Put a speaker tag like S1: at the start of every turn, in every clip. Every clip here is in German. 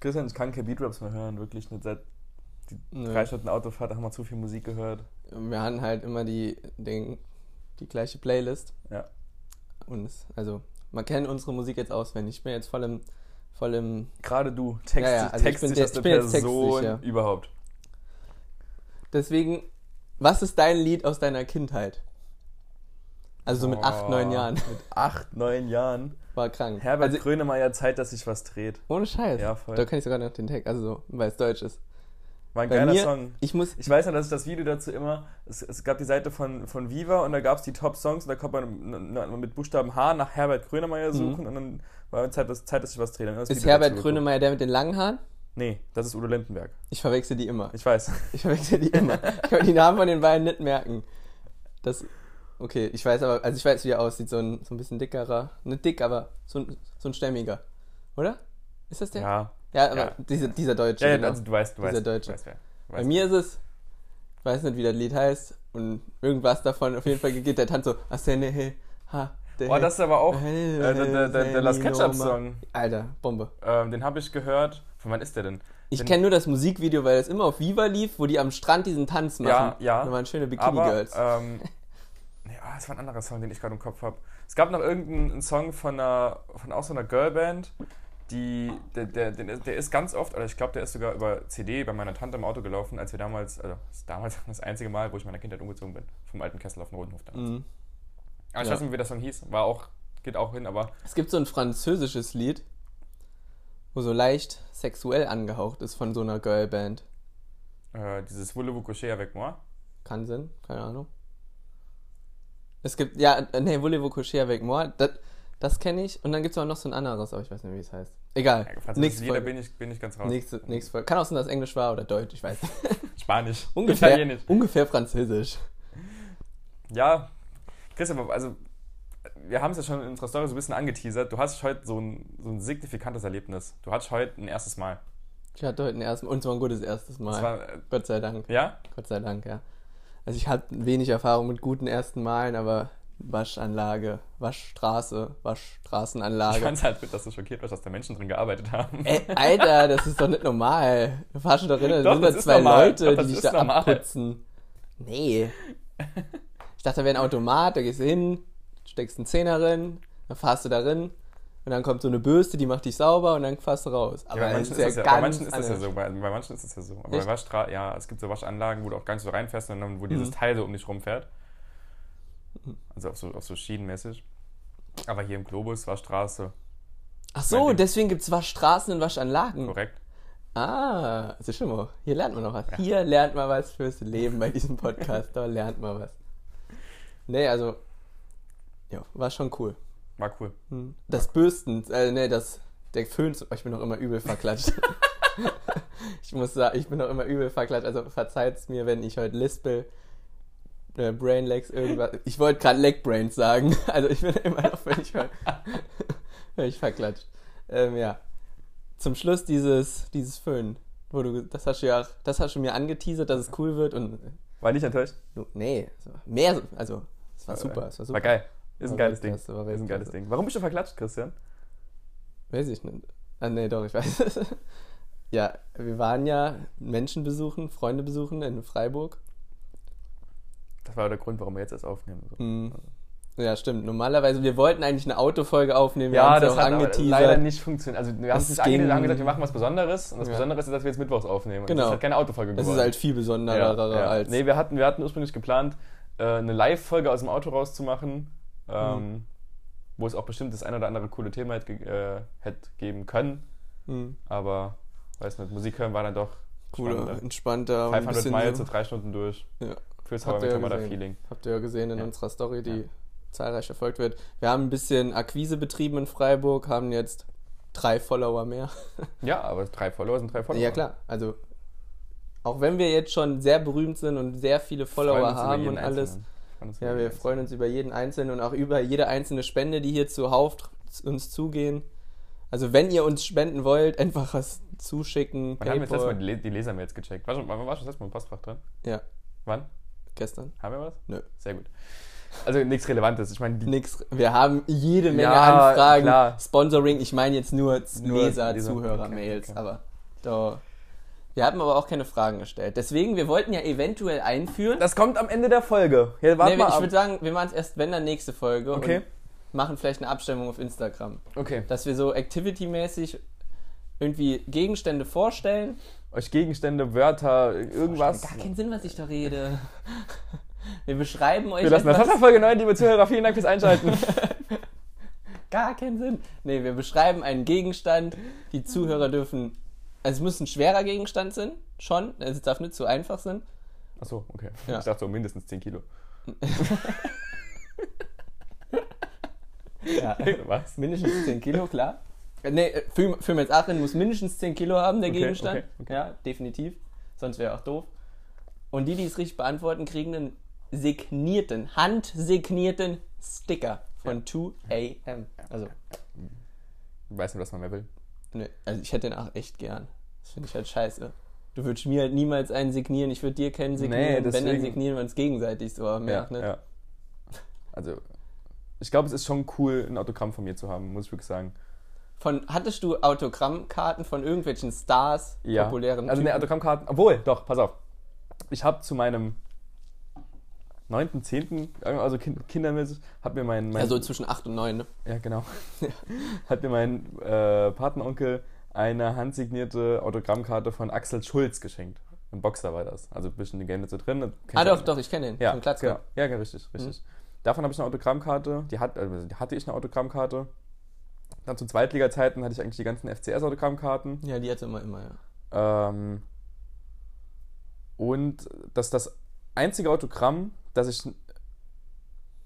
S1: Christian, ich kann keine Beatraps mehr hören, wirklich nicht. Seit
S2: Nö.
S1: drei Stunden Autofahrt haben wir zu viel Musik gehört.
S2: Wir hatten halt immer die, den, die gleiche Playlist.
S1: Ja.
S2: Und es, also, man kennt unsere Musik jetzt auswendig. Ich bin jetzt voll im, voll im
S1: Gerade du, textlich,
S2: Ja, ja, also ich
S1: textlich
S2: bin der-
S1: aus der
S2: ich bin jetzt textlich,
S1: Person
S2: ja.
S1: überhaupt.
S2: Deswegen, was ist dein Lied aus deiner Kindheit? Also so mit acht,
S1: Boah,
S2: neun Jahren.
S1: Mit acht, neun Jahren.
S2: War krank.
S1: Herbert
S2: also, Äh,
S1: Grönemeyer, Zeit, dass sich was dreht.
S2: ohne Scheiß.
S1: Ja, voll.
S2: Da kann ich sogar noch den Tag, also so, weil es deutsch ist.
S1: War ein
S2: Bei
S1: geiler
S2: mir-
S1: Song.
S2: Ich muss,
S1: Ich weiß noch, dass ich das Video dazu immer, es, es gab die Seite von, von Viva und da gab es die Top-Songs und da konnte man n- n- mit Buchstaben H nach Herbert Grönemeyer suchen und dann war Zeit, dass, Zeit, dass ich was drehe. Dann das
S2: Mhm. ist
S1: Video dazu
S2: Herbert
S1: geguckt.
S2: Grönemeyer der mit den langen Haaren?
S1: Nee, das ist Udo Lindenberg.
S2: Ich verwechsel die immer.
S1: Ich weiß.
S2: Ich verwechsel die immer. ich kann mir die Namen von den beiden nicht merken. Das, okay, ich weiß aber, also ich weiß, wie er aussieht. So ein, so ein bisschen dickerer, nicht dick, aber so ein, so ein stämmiger. Oder? Ist das der?
S1: Ja.
S2: Ja, aber
S1: ja.
S2: Dieser, dieser Deutsche.
S1: Ja, ja
S2: genau.
S1: also du weißt, du
S2: Dieser
S1: weißt.
S2: Deutsche.
S1: Du weißt, wer. Du
S2: Bei
S1: weißt.
S2: mir ist es, ich weiß nicht, wie das Lied heißt, und irgendwas davon, auf jeden Fall geht der Tanz so, Asene, he, ha, de,
S1: Oh, das ist aber auch äh,
S2: he,
S1: der, der, der, der Last
S2: Seni, Noma.
S1: Ketchup-Song.
S2: Alter, Bombe.
S1: Ähm, den habe ich gehört. Von wann ist der denn?
S2: Ich
S1: Den-
S2: kenne nur das Musikvideo, weil das immer auf Viva lief, wo die am Strand diesen Tanz machen.
S1: Ja, ja.
S2: Da waren schöne
S1: Aber,
S2: Bikini-Girls.
S1: ähm, nee, ah, es war ein anderer Song, den ich gerade im Kopf habe. Es gab noch irgendeinen Song von einer, von auch so einer Girlband, die, der, der, den ist- der ist ganz oft, oder ich glaube, der ist sogar über CD bei meiner Tante im Auto gelaufen, als wir damals, also das ist damals das einzige Mal, wo ich meiner Kindheit umgezogen bin, vom alten Kessel auf den Rotenhof damals.
S2: Mhm.
S1: Aber ich
S2: Ja.
S1: weiß nicht, mehr, wie der Song hieß, war auch, geht auch hin, aber
S2: Es gibt so ein französisches Lied, wo so leicht sexuell angehaucht ist von so einer Girlband.
S1: äh, dieses Voulez-vous coucher avec moi?
S2: Kann Sinn, keine Ahnung. Es gibt, ja, äh, nee, Voulez-vous coucher avec moi? Das, das kenne ich. Und dann gibt es auch noch so ein anderes, aber ich weiß nicht, wie es heißt. Egal.
S1: Ja, Französisch,
S2: nächste
S1: jeder
S2: Folge.
S1: bin ich, bin ich ganz raus.
S2: Nächste, nächste Folge. Kann auch sein, dass es Englisch war oder Deutsch, ich weiß nicht.
S1: Spanisch.
S2: Ungefähr,
S1: Italienisch.
S2: ungefähr Französisch.
S1: Ja, Christopher, also wir haben es ja schon in unserer Story so ein bisschen angeteasert. Du hast heute so ein, so ein signifikantes Erlebnis. Du hattest heute ein erstes Mal.
S2: Ich hatte heute ein erstes und es war ein gutes erstes
S1: Das
S2: Mal.
S1: war, äh,
S2: Gott sei Dank.
S1: ja?
S2: Gott sei Dank, ja. Also ich hatte wenig Erfahrung mit guten ersten Malen, aber Waschanlage, Waschstraße,
S1: Ich
S2: Waschstraßenanlage.
S1: fand es halt gut, dass du schockiert warst, dass da Menschen drin gearbeitet haben.
S2: Ey, Alter, das ist doch nicht normal. Da fahrst du doch hin,
S1: Doch,
S2: da sind
S1: das
S2: da
S1: ist
S2: zwei
S1: normal. Doch,
S2: Leute,
S1: das
S2: die
S1: ist
S2: dich da
S1: normal.
S2: abputzen. Nee. Ich dachte, da wäre ein Automat, da gehst du hin, steckst einen Zehner rein, dann fahrst du da rein und dann kommt so eine Bürste, die macht dich sauber und dann fährst du raus.
S1: Ja,
S2: Aber
S1: bei,
S2: das
S1: manchen
S2: ist
S1: ist
S2: ja
S1: das ja, bei
S2: ganz
S1: manchen ist das ja
S2: anders.
S1: so. Bei, bei manchen ist das ja so. Aber bei
S2: Echt?
S1: Waschstra ja, es gibt so Waschanlagen, wo du auch gar nicht so reinfährst, sondern wo dieses
S2: Mhm.
S1: Teil so um dich rumfährt. Also auf so, auf so Schienenmäßig. Aber hier im Globus Waschstraße,
S2: Ach
S1: Mein
S2: so,
S1: Ding.
S2: deswegen gibt es Waschstraßen und Waschanlagen.
S1: korrekt.
S2: Ah, das ist schon mal. Hier lernt man noch was. Hier lernt man was fürs Leben bei diesem Podcast. Da lernt man was. Nee, also, ja, war schon cool.
S1: War cool.
S2: Hm. Das Bürsten, äh, nee, das, der Föhn, oh, ich bin noch immer übel verklatscht. ich muss sagen, ich bin noch immer übel verklatscht. Also verzeiht's mir, wenn ich heute lispel, äh, Brainlegs, irgendwas. Ich wollte gerade Legbrains sagen. Also ich bin immer noch, wenn ich, heute- wenn ich verklatscht. Ähm, ja. Zum Schluss dieses, dieses Föhn, wo du, das hast du ja, das hast du mir angeteasert, dass es cool wird und, äh,
S1: War nicht enttäuscht?
S2: nee, so- mehr, so- also, es war super, es war super.
S1: War geil. Ist ein
S2: War
S1: geiles Ding.
S2: Weltklasse,
S1: Ist
S2: war
S1: ein geiles
S2: Weltklasse.
S1: Ding. Warum bist du verklatscht, Christian?
S2: Weiß ich nicht. Ah, nee, doch, ich weiß es. ja, wir waren ja Menschen besuchen, Freunde besuchen in Freiburg.
S1: Das war der Grund, warum wir jetzt erst aufnehmen. So.
S2: Hm. Ja, stimmt. Normalerweise, wir wollten eigentlich eine Autofolge aufnehmen, wir
S1: Ja,
S2: haben's
S1: das
S2: auch
S1: hat aber leider
S2: angeteasert.
S1: nicht funktioniert. Also wir haben es
S2: Es
S1: nicht angeteasert, wir haben
S2: ging-
S1: gesagt, wir machen was Besonderes. Und das
S2: Ja.
S1: Besondere ist, dass wir jetzt mittwochs aufnehmen. Und
S2: Genau.
S1: Das ist halt keine Autofolge
S2: Das
S1: geworden.
S2: ist halt viel
S1: ja,
S2: besonderer
S1: ja.
S2: als.
S1: Nee, wir hatten, wir hatten ursprünglich geplant, äh, eine Live-Folge aus dem Auto rauszumachen, ähm,
S2: Mhm.
S1: wo es auch bestimmt das ein oder andere coole Thema hätte, ge- äh, hätte geben können.
S2: Hm.
S1: Aber, weiß nicht, Musik hören war dann doch
S2: Cooler,
S1: spannender.
S2: entspannter. und ein
S1: 500
S2: bisschen
S1: Miles
S2: so-
S1: zu drei Stunden durch.
S2: Ja.
S1: Fürs
S2: Habt ihr ja
S1: Hawaii-Tomada
S2: gesehen.
S1: Feeling.
S2: Habt ihr ja gesehen in
S1: Ja.
S2: unserer Story, die
S1: Ja.
S2: zahlreich verfolgt wird. Wir haben ein bisschen Akquise betrieben in Freiburg, haben jetzt drei Follower mehr.
S1: Ja, aber drei Follower sind drei Follower.
S2: Ja, klar. Also, auch wenn wir jetzt schon sehr berühmt sind und sehr viele
S1: Freuen
S2: Follower
S1: uns über
S2: haben
S1: jeden
S2: und alles.
S1: Einzelnen. Freuen uns über
S2: Ja,
S1: jeden
S2: wir freuen uns über jeden Einzelnen und auch über jede einzelne Spende, die hier zuhauf tr- uns zugehen. Also, wenn ihr uns spenden wollt, einfach was zuschicken.
S1: Wann haben wir das letzte Mal
S2: PayPal.
S1: die Le- die Lesermails gecheckt? War schon, war war schon das letzte Mal im Postfach drin?
S2: Ja,
S1: Wann?
S2: gestern.
S1: Haben wir was?
S2: Nö.
S1: Sehr gut. Also nichts Relevantes. Ich meine, die
S2: Nix. Wir haben jede Menge
S1: Ja,
S2: Anfragen.
S1: klar.
S2: Sponsoring, ich meine jetzt nur, Z-
S1: Nur
S2: Leser,
S1: Leser,
S2: Zuhörer,
S1: okay,
S2: Mails,
S1: okay.
S2: aber da. Wir haben aber auch keine Fragen gestellt. Deswegen, wir wollten ja eventuell einführen.
S1: Das kommt am Ende der Folge. Hier, warte
S2: Nee,
S1: mal
S2: ich
S1: ab.
S2: würde sagen, wir machen es erst, wenn dann nächste Folge
S1: Okay.
S2: und machen vielleicht eine Abstimmung auf Instagram.
S1: Okay.
S2: Dass wir so activity-mäßig irgendwie Gegenstände vorstellen.
S1: Euch Gegenstände, Wörter, irgendwas.
S2: Gar keinen Sinn, was ich da rede. Wir beschreiben euch
S1: Wir lassen das. Das
S2: etwas.
S1: war Folge 9, liebe Zuhörer. Vielen Dank fürs Einschalten.
S2: Gar keinen Sinn. Nee, wir beschreiben einen Gegenstand. Die Zuhörer dürfen. Also es muss ein schwerer Gegenstand sein, schon. Also es darf nicht zu einfach sein.
S1: Achso, okay.
S2: Ja.
S1: Ich dachte so mindestens 10 Kilo.
S2: Ja.
S1: Was?
S2: mindestens 10 Kilo, klar. Äh, Nee, äh, für, für jetzt Aachen muss mindestens 10 Kilo haben, der
S1: Okay,
S2: Gegenstand.
S1: okay, okay.
S2: Ja, definitiv. Sonst wäre auch doof. Und die, die es richtig beantworten, kriegen einen signierten, handsignierten Sticker von 2AM. Also,
S1: Ich weiß nicht, was man mehr will.
S2: nee, also ich hätte den auch echt gern. Das finde ich halt scheiße. Du würdest mir halt niemals einen signieren, ich würde dir keinen signieren.
S1: Nee,
S2: Wenn, dann
S1: deswegen-
S2: signieren wir uns gegenseitig so, ne? aber mehr auch nicht.
S1: Also, ich glaube, es ist schon cool, ein Autogramm von mir zu haben, muss ich wirklich sagen.
S2: Von, hattest du Autogrammkarten von irgendwelchen Stars, populären
S1: Also, eine
S2: Typen?
S1: Autogrammkarten. Obwohl, doch, pass auf. Ich habe zu meinem 9., 10., also kind, kindermäßig, hat mir mein. mein
S2: Also zwischen 8 und 9, ne?
S1: Ja, genau. Hat mir mein äh, Patenonkel eine handsignierte Autogrammkarte von Axel Schulz geschenkt. Ein Boxer war das. Also ein bisschen die Game so drin. das kennst
S2: Ah
S1: du
S2: doch, Mhm.
S1: auch.
S2: doch, ich kenne den.
S1: Ja,
S2: Von Klatzko.
S1: genau. ja, ja, richtig, richtig. Davon habe ich eine Autogrammkarte. Die, hat, also die hatte ich eine Autogrammkarte. Dann zu Zweitliga-Zeiten hatte ich eigentlich die ganzen FCS-Autogrammkarten.
S2: Ja, die hatte immer immer, ja.
S1: Ähm, und dass das einzige Autogramm, das ich.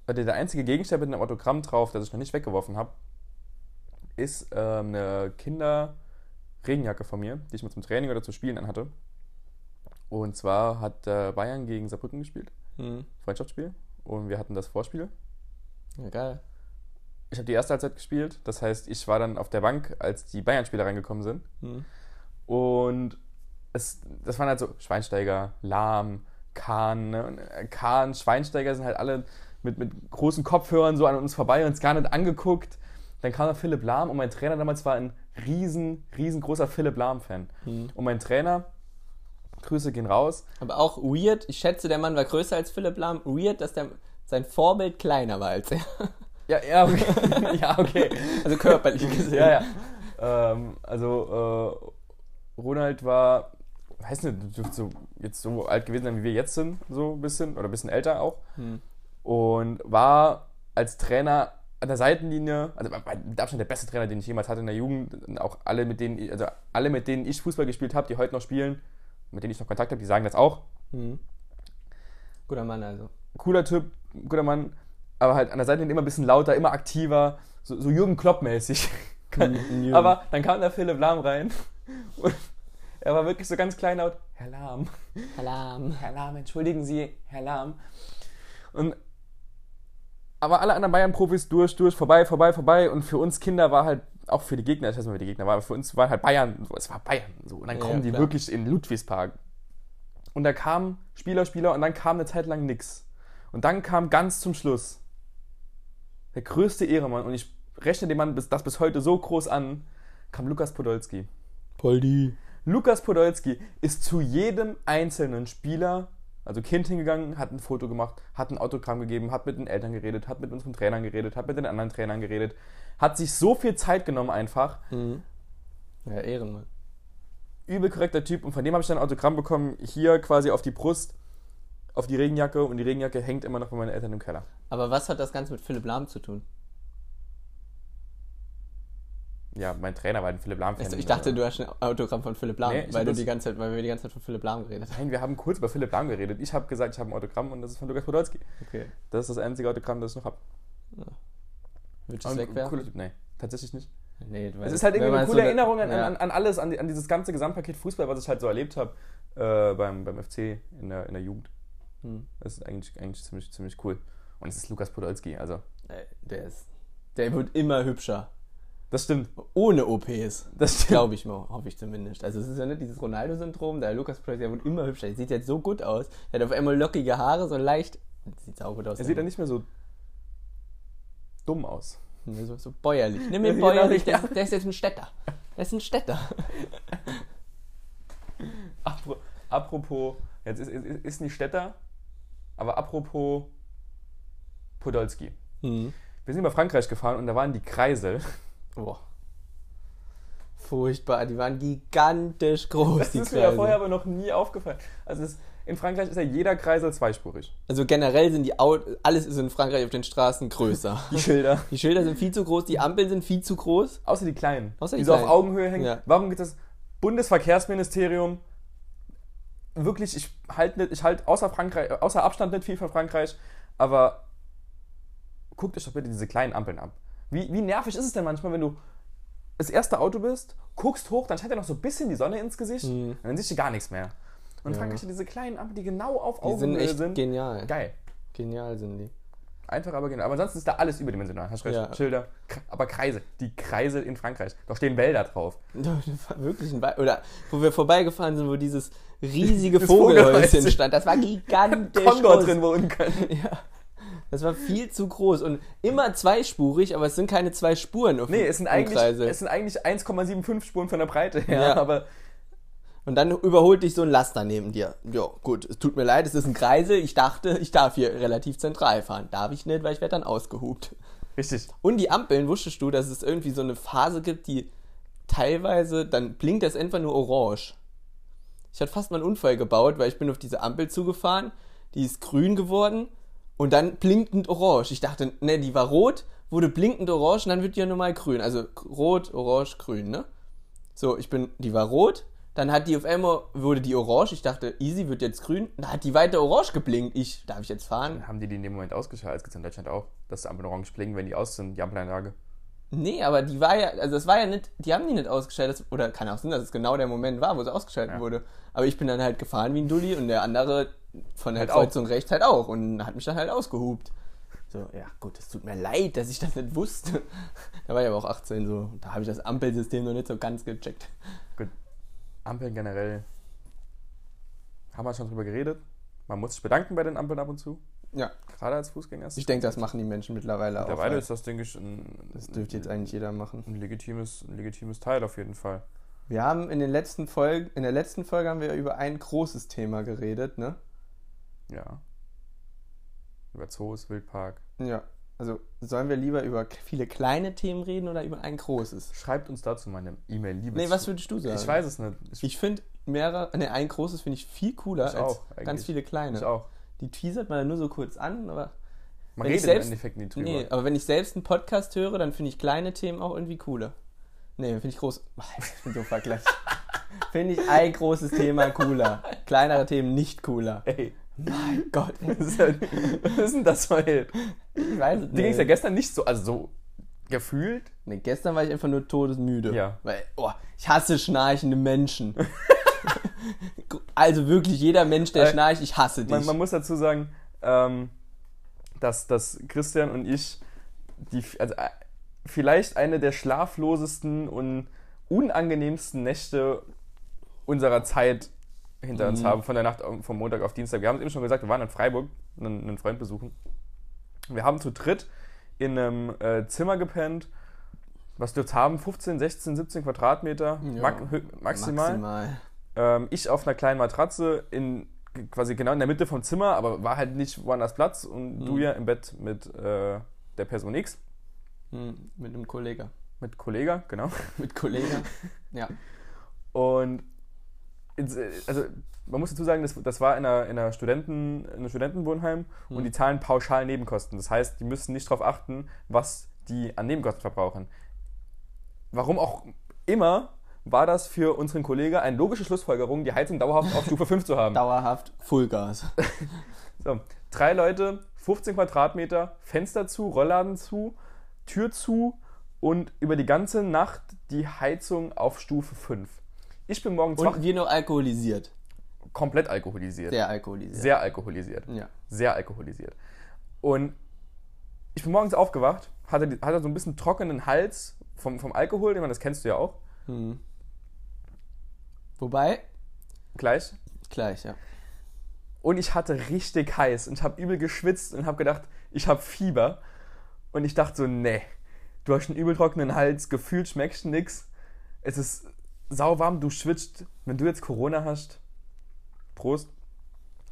S1: Oder der einzige Gegenstand mit einem Autogramm drauf, das ich noch nicht weggeworfen habe, ist ähm, eine Kinder-Regenjacke von mir, die ich mal zum Training oder zu Spielen anhatte. Und zwar hat äh, Bayern gegen Saarbrücken gespielt, Mhm.
S2: Hm.
S1: Freundschaftsspiel. Und wir hatten das Vorspiel.
S2: Ja, geil.
S1: Ich habe die erste Halbzeit gespielt, das heißt, ich war dann auf der Bank, als die Bayern-Spieler reingekommen sind.
S2: Hm.
S1: Und es, das waren halt so Schweinsteiger, Lahm, Kahn. Ne? Und, äh, Kahn, Schweinsteiger sind halt alle mit, mit großen Kopfhörern so an uns vorbei, uns gar nicht angeguckt. Dann kam noch Philipp Lahm und mein Trainer damals war ein riesen, riesengroßer Philipp Lahm-Fan. Und mein Trainer, Grüße gehen raus,
S2: Aber auch weird, ich schätze, der Mann war größer als Philipp Lahm. Weird, dass der, sein Vorbild kleiner war als er.
S1: Ja, ja, okay. ja, okay.
S2: Also körperlich gesehen.
S1: ja, ja. Ähm, also äh, Ronald war, weiß nicht, dürfte so, jetzt so alt gewesen sein, wie wir jetzt sind, so ein bisschen, oder ein bisschen älter auch.
S2: Hm.
S1: Und war als Trainer an der Seitenlinie, also war- war mit Abstand der beste Trainer, den ich jemals hatte in der Jugend. Und Auch alle, mit denen, ich- also alle, mit denen ich Fußball gespielt habe, die heute noch spielen, mit denen ich noch Kontakt habe, die sagen das auch. Mhm.
S2: Hm. Guter Mann also.
S1: cooler Typ, guter Mann, aber halt an der Seite immer ein bisschen lauter, immer aktiver, so, so Jürgen Klopp-mäßig.
S2: Jürgen.
S1: aber dann kam da Philipp Lahm rein und er war wirklich so ganz kleinlaut, Herr Lahm,
S2: Alarm.
S1: Ähm, Herr Lahm, entschuldigen Sie, Herr Lahm. Und aber alle anderen Bayern-Profis durch, durch, vorbei, vorbei, vorbei. Und für uns Kinder war halt, auch für die Gegner, ich weiß nicht, wer die Gegner waren, aber für uns waren halt Bayern, so, es war Bayern. So. Und dann
S2: Ja,
S1: kommen die
S2: klar.
S1: wirklich in Ludwigspark. Und da kamen Spieler, Spieler und dann kam eine Zeit lang nix. Und dann kam ganz zum Schluss der größte Ehremann, und ich rechne dem Mann bis, das bis heute so groß an, kam Lukas Podolski.
S2: Poldi.
S1: Lukas Podolski ist zu jedem einzelnen Spieler, also Kind hingegangen, hat ein Foto gemacht, hat ein Autogramm gegeben, hat mit den Eltern geredet, hat mit unseren Trainern geredet, hat mit den anderen Trainern geredet, hat sich so viel Zeit genommen einfach.
S2: Mhm. Ja, Ehrenmann.
S1: Übel korrekter Typ und von dem habe ich dann ein Autogramm bekommen, hier quasi auf die Brust, auf die Regenjacke und die Regenjacke hängt immer noch bei meinen Eltern im Keller.
S2: Aber was hat das Ganze mit Philipp Lahm zu tun?
S1: Ja, mein Trainer war ein Philipp Lahm.
S2: Also ich dachte, du hast ein Autogramm von Philipp Lahm,
S1: Nee, ich
S2: weil,
S1: hab
S2: du
S1: das-
S2: die ganze Zeit, weil wir die ganze Zeit von Philipp Lahm geredet haben.
S1: Nein, wir haben kurz über Philipp Lahm geredet. Ich habe gesagt, ich habe ein Autogramm und das ist von Lukas Podolski.
S2: Okay.
S1: Das ist das einzige Autogramm, das ich noch habe.
S2: Würdest du es wegwerfen?
S1: Cooler Typ, nee, tatsächlich nicht.
S2: Nee, weil-
S1: Es ist halt
S2: wenn
S1: irgendwie
S2: man
S1: eine
S2: so
S1: coole Erinnerung an,
S2: ja.
S1: an, an alles, an, die, an dieses ganze Gesamtpaket Fußball, was ich halt so erlebt habe äh, beim, beim FC in der, in der Jugend.
S2: Hm.
S1: Das ist eigentlich, eigentlich ziemlich, ziemlich cool. Und es ist Lukas Podolski, also.
S2: Ey, Äh, Der ist... Der wird immer hübscher.
S1: Das stimmt.
S2: Ohne OPs.
S1: Das stimmt.
S2: Glaube ich mal, hoffe ich zumindest. Also es ist ja nicht dieses Ronaldo-Syndrom, der Lukas Podolski der wird immer hübscher. Der sieht jetzt so gut aus. Der hat auf einmal lockige Haare, so leicht Sieht saugut aus. ne?
S1: Er sieht
S2: der
S1: dann nicht mehr so dumm aus.
S2: Mann. Ne, so, so bäuerlich. Nimm
S1: Ja,
S2: den
S1: genau,
S2: bäuerlich, der,
S1: ja.
S2: ist- der ist jetzt ein Städter. Der ist ein Städter.
S1: Apro- Apropos, jetzt ist, ist, ist nicht Städter, aber apropos Podolski.
S2: Hm.
S1: Wir sind über Frankreich gefahren und da waren die Kreisel.
S2: Boah. Furchtbar, die waren gigantisch groß,
S1: Das
S2: die
S1: ist mir ja
S2: Kreise.
S1: vorher aber noch nie aufgefallen. Also es, in Frankreich ist ja jeder Kreisel zweispurig.
S2: Also generell sind die Au alles ist in Frankreich auf den Straßen größer.
S1: Die Schilder.
S2: Die Schilder sind viel zu groß, die Ampeln sind viel zu groß.
S1: Außer die kleinen,
S2: Außer
S1: die,
S2: die
S1: so auf
S2: kleinen.
S1: Augenhöhe hängen.
S2: Ja.
S1: Warum geht das Bundesverkehrsministerium wirklich, ich halte ich halt außer, Frankreich, äh, außer Abstand nicht viel von Frankreich, aber guckt euch doch bitte diese kleinen Ampeln ab. Wie, wie nervig ist es denn manchmal, wenn du das erste Auto bist, guckst hoch, dann scheint ja noch so ein bisschen die Sonne ins Gesicht und dann siehst du gar nichts mehr. Und
S2: Hm. Ja.
S1: Frankreich hat diese kleinen Ampeln, die genau auf
S2: Die sind
S1: Augenhöhe
S2: echt
S1: sind.
S2: genial.
S1: Geil.
S2: Genial sind die.
S1: Einfach aber genau. Aber ansonsten ist da alles überdimensional. Hast recht.
S2: Ja.
S1: Schilder. K- Aber Kreise. Die Kreise in Frankreich. Da stehen Wälder drauf.
S2: Wirklich ein Wei Oder wo wir vorbeigefahren sind, wo dieses riesige
S1: Das
S2: Vogelhäuschen
S1: Vogelhäuschen.
S2: stand. Das war gigantisch
S1: Kondor
S2: groß.
S1: drin wohnen können.
S2: Ja. Das war viel zu groß und immer zweispurig, aber es sind keine zwei Spuren auf
S1: Nee,
S2: dem
S1: es sind eigentlich,
S2: Kreisel.
S1: es sind eigentlich 1,75 Spuren von der Breite her.
S2: Ja.
S1: Aber
S2: Und dann überholt dich so ein Laster neben dir. Ja, gut, es tut mir leid, es ist ein Kreisel. Ich dachte, ich darf hier relativ zentral fahren. Darf ich nicht, weil ich werde dann ausgehupt.
S1: richtig.
S2: Und die Ampeln, wusstest du, dass es irgendwie so eine Phase gibt, die teilweise, dann blinkt das einfach nur orange. Ich hatte fast mal einen Unfall gebaut, weil ich bin auf diese Ampel zugefahren, die ist grün geworden und dann blinkend orange. Ich dachte, ne, die war rot, wurde blinkend orange und dann wird die ja normal grün. Also k- rot, orange, grün, ne? So, ich bin, die war rot, dann hat die auf einmal, wurde die orange. Ich dachte, easy, wird jetzt grün. Dann hat die weiter orange geblinkt. Ich, darf ich jetzt fahren?
S1: Haben die die in dem Moment ausgeschaltet? Das gibt es in Deutschland auch. Dass die Ampeln orange blinken, wenn die aus sind, die Ampelanlage.
S2: Nee, aber die war ja, also es war ja nicht, die haben die nicht ausgeschaltet, das- oder kann auch sein, dass es genau der Moment war, wo sie ausgeschaltet
S1: Ja.
S2: wurde. Aber ich bin dann halt gefahren wie ein Dulli und der andere von der
S1: Halt auch.
S2: Kreuzung rechts halt auch und hat mich dann halt ausgehupt. So, ja gut, es tut mir leid, dass ich das nicht wusste. Da war ich aber auch 18, so, da habe ich das Ampelsystem noch nicht so ganz gecheckt.
S1: Gut. Ampeln generell. Haben wir schon drüber geredet. Man muss sich bedanken bei den Ampeln ab und zu.
S2: Ja,
S1: Gerade als Fußgänger.
S2: ich denke, das machen die Menschen mittlerweile,
S1: Mittlerweile
S2: auch.
S1: ist das, denke ich, ein,
S2: das dürfte jetzt eigentlich jeder machen.
S1: ein, legitimes, ein legitimes Teil auf jeden Fall.
S2: Wir haben in den letzten Folgen, in der letzten Folge haben wir über ein großes Thema geredet, ne?
S1: Ja. Über Zoos, Wildpark.
S2: Ja, also sollen wir lieber über k- viele kleine Themen reden oder über ein großes?
S1: Schreibt uns dazu mal eine E-Mail, liebes.
S2: Nee, was würdest du sagen?
S1: Ich weiß es nicht. Ich,
S2: Ich finde mehrere, nee, ein großes finde ich viel cooler
S1: Ich
S2: als
S1: auch, eigentlich.
S2: ganz viele kleine.
S1: ich auch.
S2: Die teasert man dann nur so kurz an, aber
S1: Man
S2: Wenn ich
S1: redet
S2: selbst-
S1: im Endeffekt nie drüber.
S2: nee, aber wenn ich selbst einen Podcast höre, dann finde ich kleine Themen auch irgendwie cooler. Nee, finde ich groß. Ich bin so vergleich. finde ich ein großes Thema cooler. Kleinere Themen nicht cooler.
S1: Ey,
S2: Mein Gott, ey,
S1: was ist denn- was ist denn das heute?
S2: ich weiß es
S1: Dir ging es
S2: nicht.
S1: ja gestern nicht so, also so gefühlt.
S2: Nee, gestern war ich einfach nur todesmüde.
S1: Ja.
S2: Weil, oh, ich hasse schnarchende Menschen. also wirklich, jeder Mensch, der
S1: Äh,
S2: schnarcht, ich hasse dich.
S1: Man, man muss dazu sagen, ähm, dass, dass Christian und ich die, also, äh, vielleicht eine der schlaflosesten und unangenehmsten Nächte unserer Zeit hinter
S2: Mhm.
S1: uns haben, von der Nacht auf- vom Montag auf Dienstag. Wir haben es eben schon gesagt, wir waren in Freiburg, einen, einen Freund besuchen. Wir haben zu dritt in einem äh, Zimmer gepennt, was dürft's haben, 15, 16, 17 Quadratmeter
S2: Ja.
S1: mag, hö- maximal. Ähm, ich auf einer kleinen Matratze in g- quasi genau in der Mitte vom Zimmer, aber war halt nicht woanders Platz und du ja im Bett mit äh, der Person X,
S2: Hm, mit einem Kollegen.
S1: mit Kollega, genau.
S2: Mit Kollegen. ja.
S1: Und ins- äh, also man muss dazu sagen, das, das war in einer, in einer Studenten, in einem Studentenwohnheim und die zahlen pauschal Nebenkosten. Das heißt, die müssen nicht darauf achten, was die an Nebenkosten verbrauchen. Warum auch immer war das für unseren Kollegen eine logische Schlussfolgerung, die Heizung dauerhaft auf Stufe 5 zu haben.
S2: Dauerhaft Fullgas.
S1: So, drei Leute, 15 Quadratmeter, Fenster zu, Rollladen zu, Tür zu und über die ganze Nacht die Heizung auf Stufe 5. Ich bin morgens wach,
S2: Und wir noch alkoholisiert.
S1: komplett alkoholisiert.
S2: Sehr alkoholisiert.
S1: Sehr alkoholisiert.
S2: Ja.
S1: Sehr alkoholisiert. Und ich bin morgens aufgewacht, hatte, die- hatte so ein bisschen trockenen Hals vom, vom Alkohol, ich meine, das kennst du ja auch.
S2: Hm. Wobei,
S1: Gleich.
S2: gleich, ja.
S1: Und ich hatte richtig heiß und habe übel geschwitzt und habe gedacht, ich habe Fieber. Und ich dachte so, nee, du hast einen übel trockenen Hals, gefühlt schmeckst nix. Es ist sauwarm, du schwitzt. Wenn du jetzt Corona hast, Prost,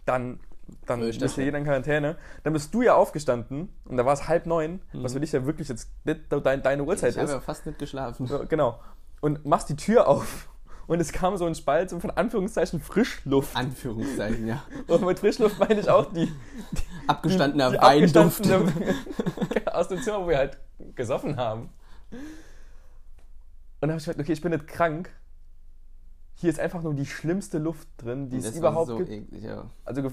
S1: dann, dann
S2: Prost,
S1: bist ja
S2: Asche.
S1: jeder in Quarantäne. Dann bist du ja aufgestanden und da war es halb neun, was für dich ja wirklich jetzt nicht dein, deine Uhrzeit
S2: Mhm. Ich habe
S1: ist.
S2: ja fast nicht geschlafen.
S1: Ja, genau. Und machst die Tür auf und es kam so ein Spalt so von Anführungszeichen Frischluft.
S2: Anführungszeichen, ja.
S1: Und mit Frischluft meine ich auch die,
S2: Abgestandener
S1: die
S2: Weinduft.
S1: abgestandene- aus dem Zimmer, wo wir halt gesoffen haben. Und dann habe ich gedacht, okay, ich bin nicht krank. Hier ist einfach nur die schlimmste Luft drin, die es
S2: Das war
S1: überhaupt
S2: so e-
S1: gibt.
S2: eklig, ja.
S1: Also ge-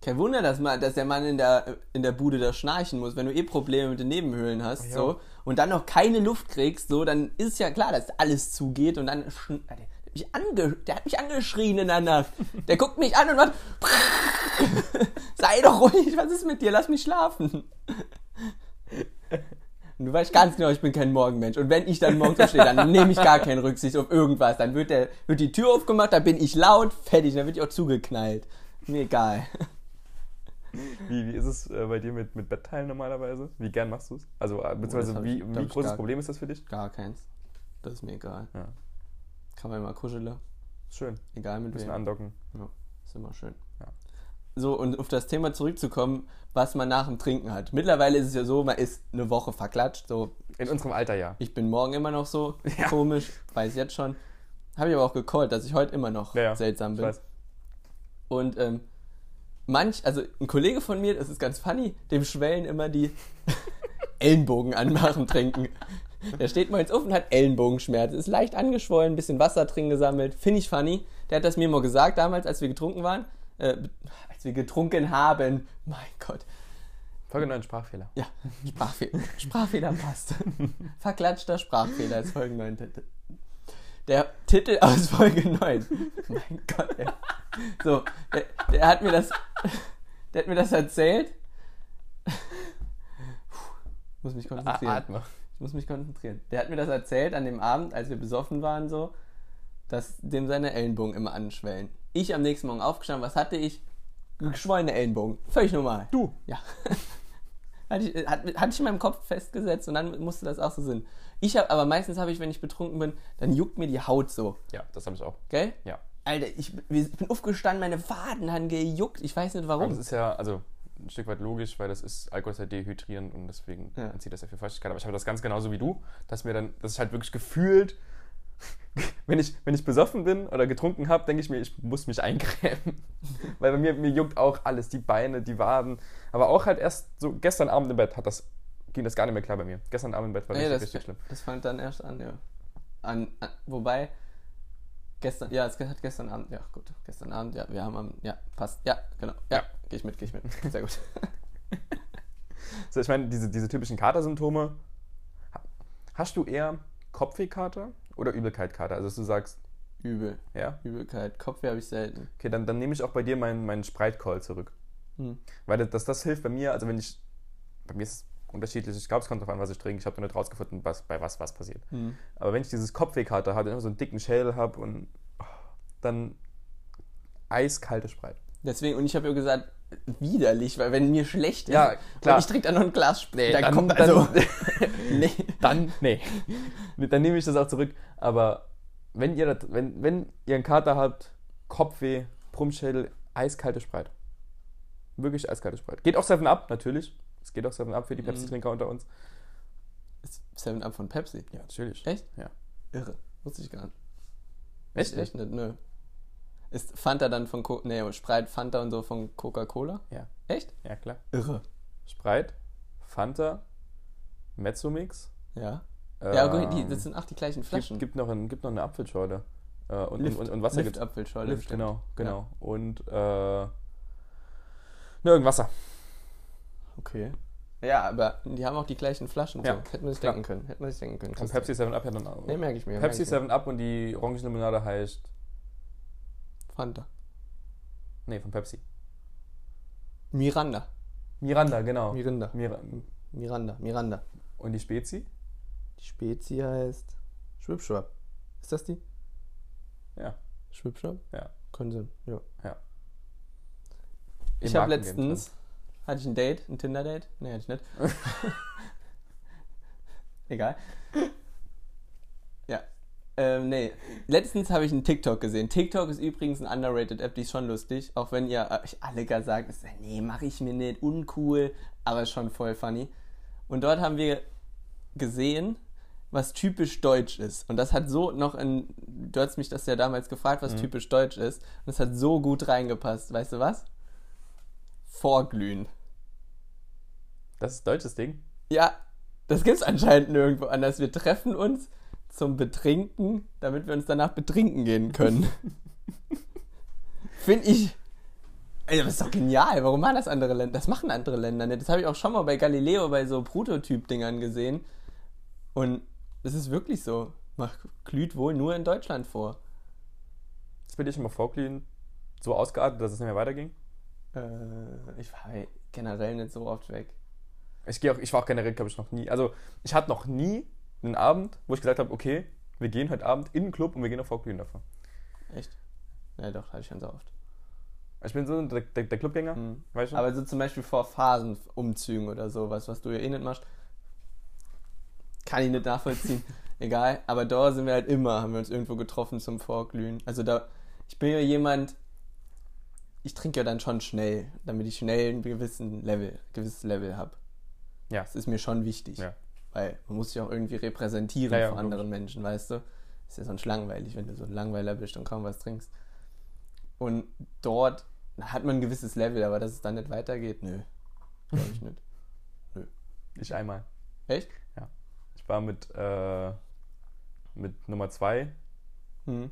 S2: Kein Wunder, dass, man, dass der Mann in der, in der Bude da schnarchen muss, wenn du eh Probleme mit den Nebenhöhlen hast
S1: Ja.
S2: so, und dann noch keine Luft kriegst, so, dann ist ja klar, dass alles zugeht und dann schn- der, hat mich ange, der hat mich angeschrien in der Nacht. Der guckt mich an und macht Sei doch ruhig, was ist mit dir? Lass mich schlafen. Und du weißt ganz genau, ich bin kein Morgenmensch. Und wenn ich dann morgens aufstehe, dann nehme ich gar keine Rücksicht auf irgendwas. Dann wird, der, wird die Tür aufgemacht, dann bin ich laut, fertig, dann wird ich auch zugeknallt. Mir egal.
S1: wie, wie ist es äh, bei dir mit, mit Bettteilen normalerweise? Wie gern machst du es? Also äh, beziehungsweise
S2: Oh, hab ich-
S1: wie,
S2: da hab
S1: wie
S2: ich
S1: großes
S2: gar-
S1: Problem ist das für dich?
S2: Gar keins. Das ist mir egal.
S1: Ja.
S2: Kann man immer kuscheln.
S1: Schön, ein
S2: Egal mit
S1: bisschen
S2: wem.
S1: andocken.
S2: Ist immer schön.
S1: Ja.
S2: So, und auf das Thema zurückzukommen, was man nach dem Trinken hat. Mittlerweile ist es ja so, man ist eine Woche verklatscht. So,
S1: In unserem Alter ja.
S2: ich bin morgen immer noch so
S1: Ja.
S2: komisch, weiß jetzt schon. Habe ich aber auch gecallt, dass ich heute immer noch
S1: Ja, ja.
S2: seltsam
S1: Ich
S2: bin.
S1: weiß.
S2: Und ähm, manch, also ein Kollege von mir, das ist ganz funny, dem schwellen immer die Ellenbogen anmachen, trinken. Der steht morgens auf und hat Ellenbogenschmerzen. Ist leicht angeschwollen, ein bisschen Wasser drin gesammelt. Finde ich funny. Der hat das mir mal gesagt damals, als wir getrunken waren. Äh, als wir getrunken haben. Mein Gott.
S1: Folge 9 Sprachfehler.
S2: Ja, Sprachfehler, Sprachfehler passt. Verklatschter Sprachfehler ist Folge 9. Titel. Der Titel aus Folge 9. Mein Gott, ey. So, der, der hat mir das. Der hat mir das erzählt. Puh, muss mich konzentrieren.
S1: Atme.
S2: Ich muss mich konzentrieren. Der hat mir das erzählt an dem Abend, als wir besoffen waren, so, dass dem seine Ellenbogen immer anschwellen. Ich am nächsten Morgen aufgestanden, was hatte ich? Geschwollene Ellenbogen. Völlig normal.
S1: Du.
S2: Ja. hatte, ich, äh, hat, hatte ich in meinem Kopf festgesetzt und dann musste das auch so Sinn. Ich habe, aber meistens habe ich, wenn ich betrunken bin, dann juckt mir die Haut so,
S1: Ja, das habe ich auch.
S2: gell?
S1: Ja.
S2: Alter, ich, ich bin aufgestanden, meine Waden haben gejuckt. Ich weiß nicht
S1: Aber
S2: warum.
S1: das ist ja, also ein Stück weit logisch, weil das ist, Alkohol ist ja dehydrierend und deswegen
S2: Ja.
S1: entzieht das ja viel Feuchtigkeit. Aber ich habe das ganz genauso wie du, dass mir dann, dass ich halt wirklich gefühlt, wenn ich, wenn ich besoffen bin oder getrunken habe, denke ich mir, ich muss mich eincremen. weil bei mir, mir juckt auch alles, die Beine, die Waden. Aber auch halt erst so gestern Abend im Bett hat das, ging das gar nicht mehr klar bei mir. Gestern Abend im Bett war
S2: Ja,
S1: richtig,
S2: das,
S1: richtig schlimm.
S2: das fand dann erst an, ja. An, an, wobei, gestern, ja, es hat gestern Abend, ja, gut, gestern Abend, ja, wir haben am, ja, passt, ja, genau, ja,
S1: Ja.
S2: geh ich mit, geh ich mit, sehr gut.
S1: So, ich meine, diese, diese typischen Katersymptome. Ha- Hast du eher Kopfwehkater oder Übelkeitkater? Also, dass du sagst,
S2: Übel,
S1: ja,
S2: Übelkeit, Kopfweh habe ich selten.
S1: Okay, dann, dann nehme ich auch bei dir meinen, meinen Sprite-Call zurück.
S2: Hm.
S1: Weil das, das, das hilft bei mir, also wenn ich. Bei mir ist es unterschiedlich, ich glaube, es kommt darauf an, was ich trinke. Ich habe noch nicht rausgefunden, was, bei was was passiert.
S2: Hm.
S1: Aber wenn ich dieses Kopfwehkater habe, immer so einen dicken Schädel habe und oh, dann eiskalte Sprite.
S2: Deswegen, und ich habe ja gesagt, widerlich, weil wenn mir schlecht ist,
S1: Ja, klar.
S2: und ich trinke dann noch ein Glas Sprite,
S1: Nee,
S2: dann,
S1: dann-
S2: kommt
S1: dann-
S2: also, nee.
S1: Dann, nee. dann nehme ich das auch zurück. Aber wenn ihr, das, wenn, wenn ihr einen Kater habt, Kopfweh, Brummschädel, eiskalte Sprite. Wirklich eiskalte Sprite. Geht auch 7-Up, natürlich. Es geht auch 7-Up für die
S2: Mhm.
S1: Pepsi-Trinker unter uns.
S2: Ist 7-Up von Pepsi.
S1: Ja, natürlich.
S2: Echt?
S1: Ja.
S2: Irre, wusste ich gar nicht.
S1: Echt?
S2: Echt nicht, nö. Ist Fanta dann von, Co nee, Sprite, Fanta und so von Coca-Cola?
S1: Ja.
S2: Echt?
S1: Ja, klar.
S2: Irre.
S1: Sprite, Fanta, Mezzomix.
S2: Ja. ja, gut, die,
S1: ähm,
S2: das sind auch die gleichen
S1: gibt,
S2: Flaschen.
S1: gibt, noch ein, gibt noch eine Apfelschorle. Äh, und,
S2: Lift.
S1: und, und, und Wasser
S2: Lift
S1: gibt's.
S2: Apfelschorle.
S1: Lift,
S2: bestimmt.
S1: genau, genau. Und äh, ne, irgendein Wasser.
S2: Okay. Ja, aber die haben auch die gleichen Flaschen.
S1: Ja,
S2: So. Hätte man sich
S1: klar.
S2: denken können. Hätte man sich denken können.
S1: Und Pepsi 7 Up ja dann auch.
S2: Nee, merke ich mir. merk
S1: Pepsi
S2: ich mir.
S1: 7 Up und die Orangenlimonade heißt.
S2: Fanta.
S1: Nee, von Pepsi.
S2: Miranda.
S1: Miranda, genau.
S2: Mirinda.
S1: Mira
S2: Miranda. Miranda.
S1: und die Spezi?
S2: Die Spezi heißt Schwibschwab. Ist das die?
S1: Ja.
S2: Schwibschwab?
S1: Ja.
S2: Können sein. Ja.
S1: Ja.
S2: Ich
S1: Im Markengame
S2: habe
S1: drin.
S2: letztens, hatte ich ein Date, ein Tinder-Date? Nee, hatte ich nicht. Egal. Ja. Ähm, nee. Letztens habe ich einen TikTok gesehen. TikTok ist übrigens eine underrated App, die ist schon lustig. Auch wenn ihr euch alle gar sagt, ist, äh, nee, mache ich mir nicht, uncool, aber ist schon voll funny. Und dort haben wir gesehen, was typisch deutsch ist. Und das hat so noch in. Du hast mich das ja damals gefragt, was typisch deutsch ist. Und das hat so gut reingepasst. Weißt du was? Vorglühen.
S1: Das ist deutsches Ding.
S2: Ja, das gibt's anscheinend nirgendwo anders. Wir treffen uns zum Betrinken, damit wir uns danach betrinken gehen können. Finde ich. Ey, das ist doch genial. Warum machen das andere Länder? Das machen andere Länder nicht. Das habe ich auch schon mal bei Galileo bei so Prototyp-Dingern gesehen. Und es ist wirklich so. Man glüht wohl nur in Deutschland vor.
S1: Das bin ich immer vorglühen. So ausgeartet, dass es nicht mehr weiterging.
S2: Äh, ich war generell nicht so oft weg.
S1: Ich, gehe auch, ich war auch generell, glaube ich, noch nie. Also, ich hatte noch nie einen Abend, wo ich gesagt habe, okay, wir gehen heute Abend in den Club und wir gehen auf vorglühen davon.
S2: Echt? Ja, doch, hatte ich schon so oft.
S1: Ich bin so der, der, der Clubgänger,
S2: Mhm.
S1: weißt du?
S2: Aber so zum Beispiel vor Phasenumzügen oder sowas, was du ja eh nicht machst, kann ich nicht nachvollziehen. Egal, aber da sind wir halt immer, haben wir uns irgendwo getroffen zum Vorglühen. Also da, ich bin ja jemand, ich trinke ja dann schon schnell, damit ich schnell einen gewissen Level, gewisses Level habe.
S1: Ja.
S2: Das ist mir schon wichtig.
S1: Ja.
S2: Weil man muss sich auch irgendwie repräsentieren
S1: Ja, ja,
S2: vor anderen Menschen, weißt du? Ist ja sonst langweilig, wenn du so ein Langweiler bist und kaum was trinkst. Und dort hat man ein gewisses Level, aber dass es dann nicht weitergeht, nö. Glaube ich nicht.
S1: Ich einmal.
S2: Echt?
S1: Ich war mit, äh, mit Nummer zwei,
S2: Hm.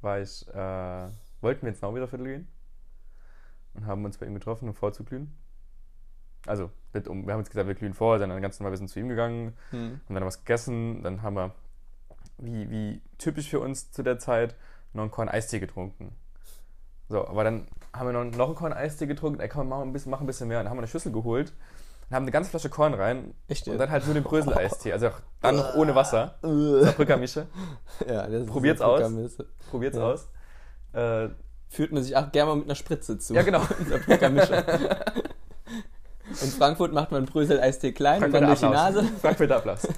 S1: war ich, äh, wollten wir ins Nauwiederviertel gehen und haben uns bei ihm getroffen, um vorzuglühen. Also, nicht um, wir haben uns gesagt, wir glühen vor, sind dann ganz normal ein bisschen zu ihm gegangen,
S2: Hm.
S1: haben dann was gegessen, dann haben wir, wie, wie typisch für uns zu der Zeit, noch einen Korn Eistee getrunken. So, aber dann haben wir noch, noch einen Korn Eistee getrunken, ey, komm, mach ein bisschen, mach ein bisschen mehr. Und dann haben wir eine Schüssel geholt und haben eine ganze Flasche Korn rein
S2: Echt?
S1: und dann halt nur den Brösel-Eistee, also auch dann noch ohne Wasser.
S2: ja,
S1: Saarbrücker Mische,
S2: das ist
S1: Probiert's
S2: eine
S1: aus.
S2: Zuckermisse.
S1: probiert's
S2: Ja.
S1: aus. Äh,
S2: Führt man sich auch gerne mal mit einer Spritze zu.
S1: ja, genau.
S2: Saarbrücker Mische. In Frankfurt macht man Brösel-Eistee klein und dann durch die
S1: Frankfurter
S2: Nase.
S1: Applaus. Frankfurter Applaus.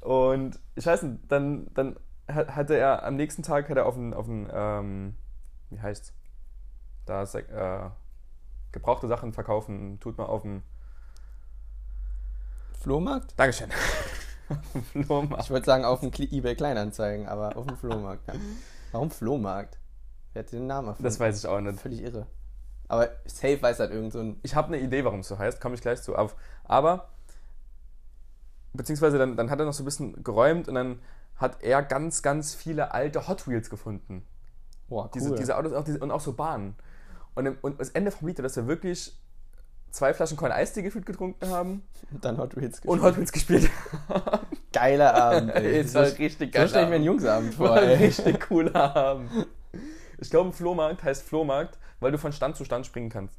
S1: Und ich weiß nicht, dann, dann hat- hatte er am nächsten Tag hat er auf ein, auf ein ähm, wie heißt's? Da ist, äh, gebrauchte Sachen verkaufen, tut man auf dem
S2: Flohmarkt?
S1: Dankeschön. Auf dem Flohmarkt.
S2: Ich wollte sagen auf dem Kli- eBay Kleinanzeigen, aber auf dem Flohmarkt. Ja. Warum Flohmarkt? Wer hat den Namen erfunden?
S1: Das weiß ich auch nicht.
S2: völlig irre. Aber safe weiß halt irgend so ein
S1: ich habe eine Idee, warum es so heißt, komme ich gleich zu. Auf. Aber, beziehungsweise dann, dann hat er noch so ein bisschen geräumt und dann hat er ganz, ganz viele alte Hot Wheels gefunden.
S2: Boah, cool.
S1: Diese, diese Autos auch, diese, und auch so Bahnen. Und, im, und das Ende vom Lied, war, dass wir wirklich zwei Flaschen Korn Eistee gefühlt getrunken haben
S2: und dann Hot Wheels
S1: und
S2: gespielt.
S1: Hot Wheels gespielt
S2: Geiler Abend, ey.
S1: Ey, das
S2: so
S1: war
S2: so
S1: halt richtig
S2: stelle ich mir einen
S1: Abend.
S2: Jungsabend vor,
S1: War ein
S2: ey.
S1: richtig cooler Abend. Ich glaube, ein Flohmarkt heißt Flohmarkt, weil du von Stand zu Stand springen kannst.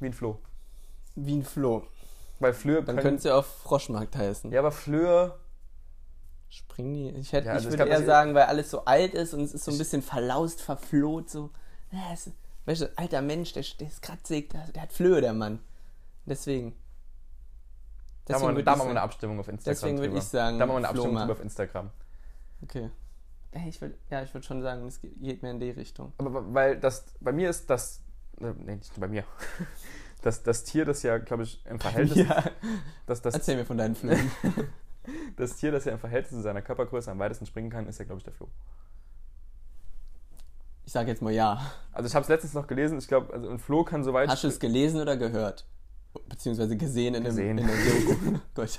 S1: Wie ein Floh.
S2: Wie ein Floh.
S1: Weil Flöhe
S2: Dann
S1: können
S2: könnte es ja auch Froschmarkt heißen.
S1: Ja, aber Flöhe.
S2: Springen die. Ich, hätte,
S1: Ja, also
S2: ich
S1: ich
S2: würde
S1: glaub, das-
S2: eher sagen, weil alles so alt ist und es ist so ein bisschen verlaust, verfloht, so. Ja, es- Weißt du, alter Mensch, der, der ist kratzig, der, der hat Flöhe, der Mann. Deswegen.
S1: Da machen wir,
S2: würd
S1: da
S2: ich
S1: machen wir eine
S2: sagen-
S1: Abstimmung auf Instagram.
S2: Deswegen würd
S1: drüber.
S2: ich sagen,
S1: Da machen wir eine Abstimmung
S2: Flohmarkt.
S1: drüber auf Instagram.
S2: Okay. Ja, Ich würde ja, ich würd schon sagen, es geht- geht mir in die Richtung.
S1: Aber wa- weil das, bei mir ist das, äh, nee, nicht nur bei mir, das, das Tier, das ja, glaube ich, im Verhältnis,
S2: Ja.
S1: das, das,
S2: Erzähl mir von deinen Flöhen.
S1: das Tier, das ja im Verhältnis zu seiner Körpergröße am weitesten springen kann, ist ja, glaube ich, der Floh.
S2: Ich sage jetzt mal ja.
S1: Also ich habe es letztens noch gelesen, ich glaube, also ein Floh kann so weit
S2: Hast du es gelesen oder gehört? Beziehungsweise gesehen in dem,
S1: Gesehen.
S2: In dem Doku. Gut.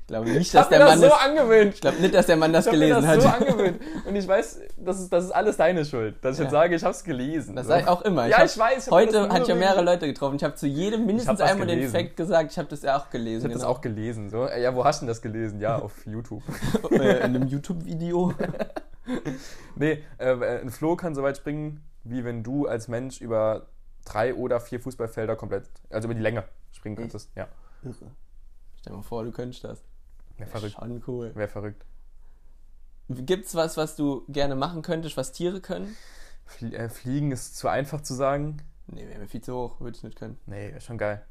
S2: Ich glaube nicht,
S1: Ich
S2: dass
S1: hab mir
S2: der Mann
S1: das so
S2: das, ich
S1: angewöhnt.
S2: glaube nicht, dass der Mann das
S1: Ich hab mir
S2: gelesen
S1: das so
S2: hat.
S1: angewöhnt. Und ich weiß, das ist, das ist alles deine Schuld, dass ich
S2: Ja.
S1: jetzt sage, ich habe es gelesen.
S2: Das
S1: So.
S2: sage ich auch immer. Ich
S1: Ja,
S2: hab,
S1: ich weiß. Ich hab mir das
S2: heute
S1: nur
S2: hatte ich ja
S1: wegen-
S2: mehrere Leute getroffen. Ich habe zu jedem mindestens
S1: hab was
S2: einmal den
S1: gelesen.
S2: Fact gesagt. Ich habe das ja auch
S1: Ich
S2: gelesen.
S1: habe das auch gelesen. So. Ey, Ja, wo hast du denn das gelesen? Ja, auf YouTube.
S2: auch in einem YouTube-Video.
S1: Nee, äh, ein Floh kann so weit springen, wie wenn du als Mensch über drei oder vier Fußballfelder komplett, also über die Länge springen
S2: Echt?
S1: könntest. Ja,
S2: Irre. Stell dir mal vor, du könntest das.
S1: wäre verrückt.
S2: Schon cool.
S1: Wäre verrückt.
S2: Gibt's was, was du gerne machen könntest, was Tiere können?
S1: Flie äh, fliegen ist zu einfach zu sagen.
S2: Nee, wäre mir viel zu hoch, würde ich nicht können.
S1: Nee, wäre schon geil.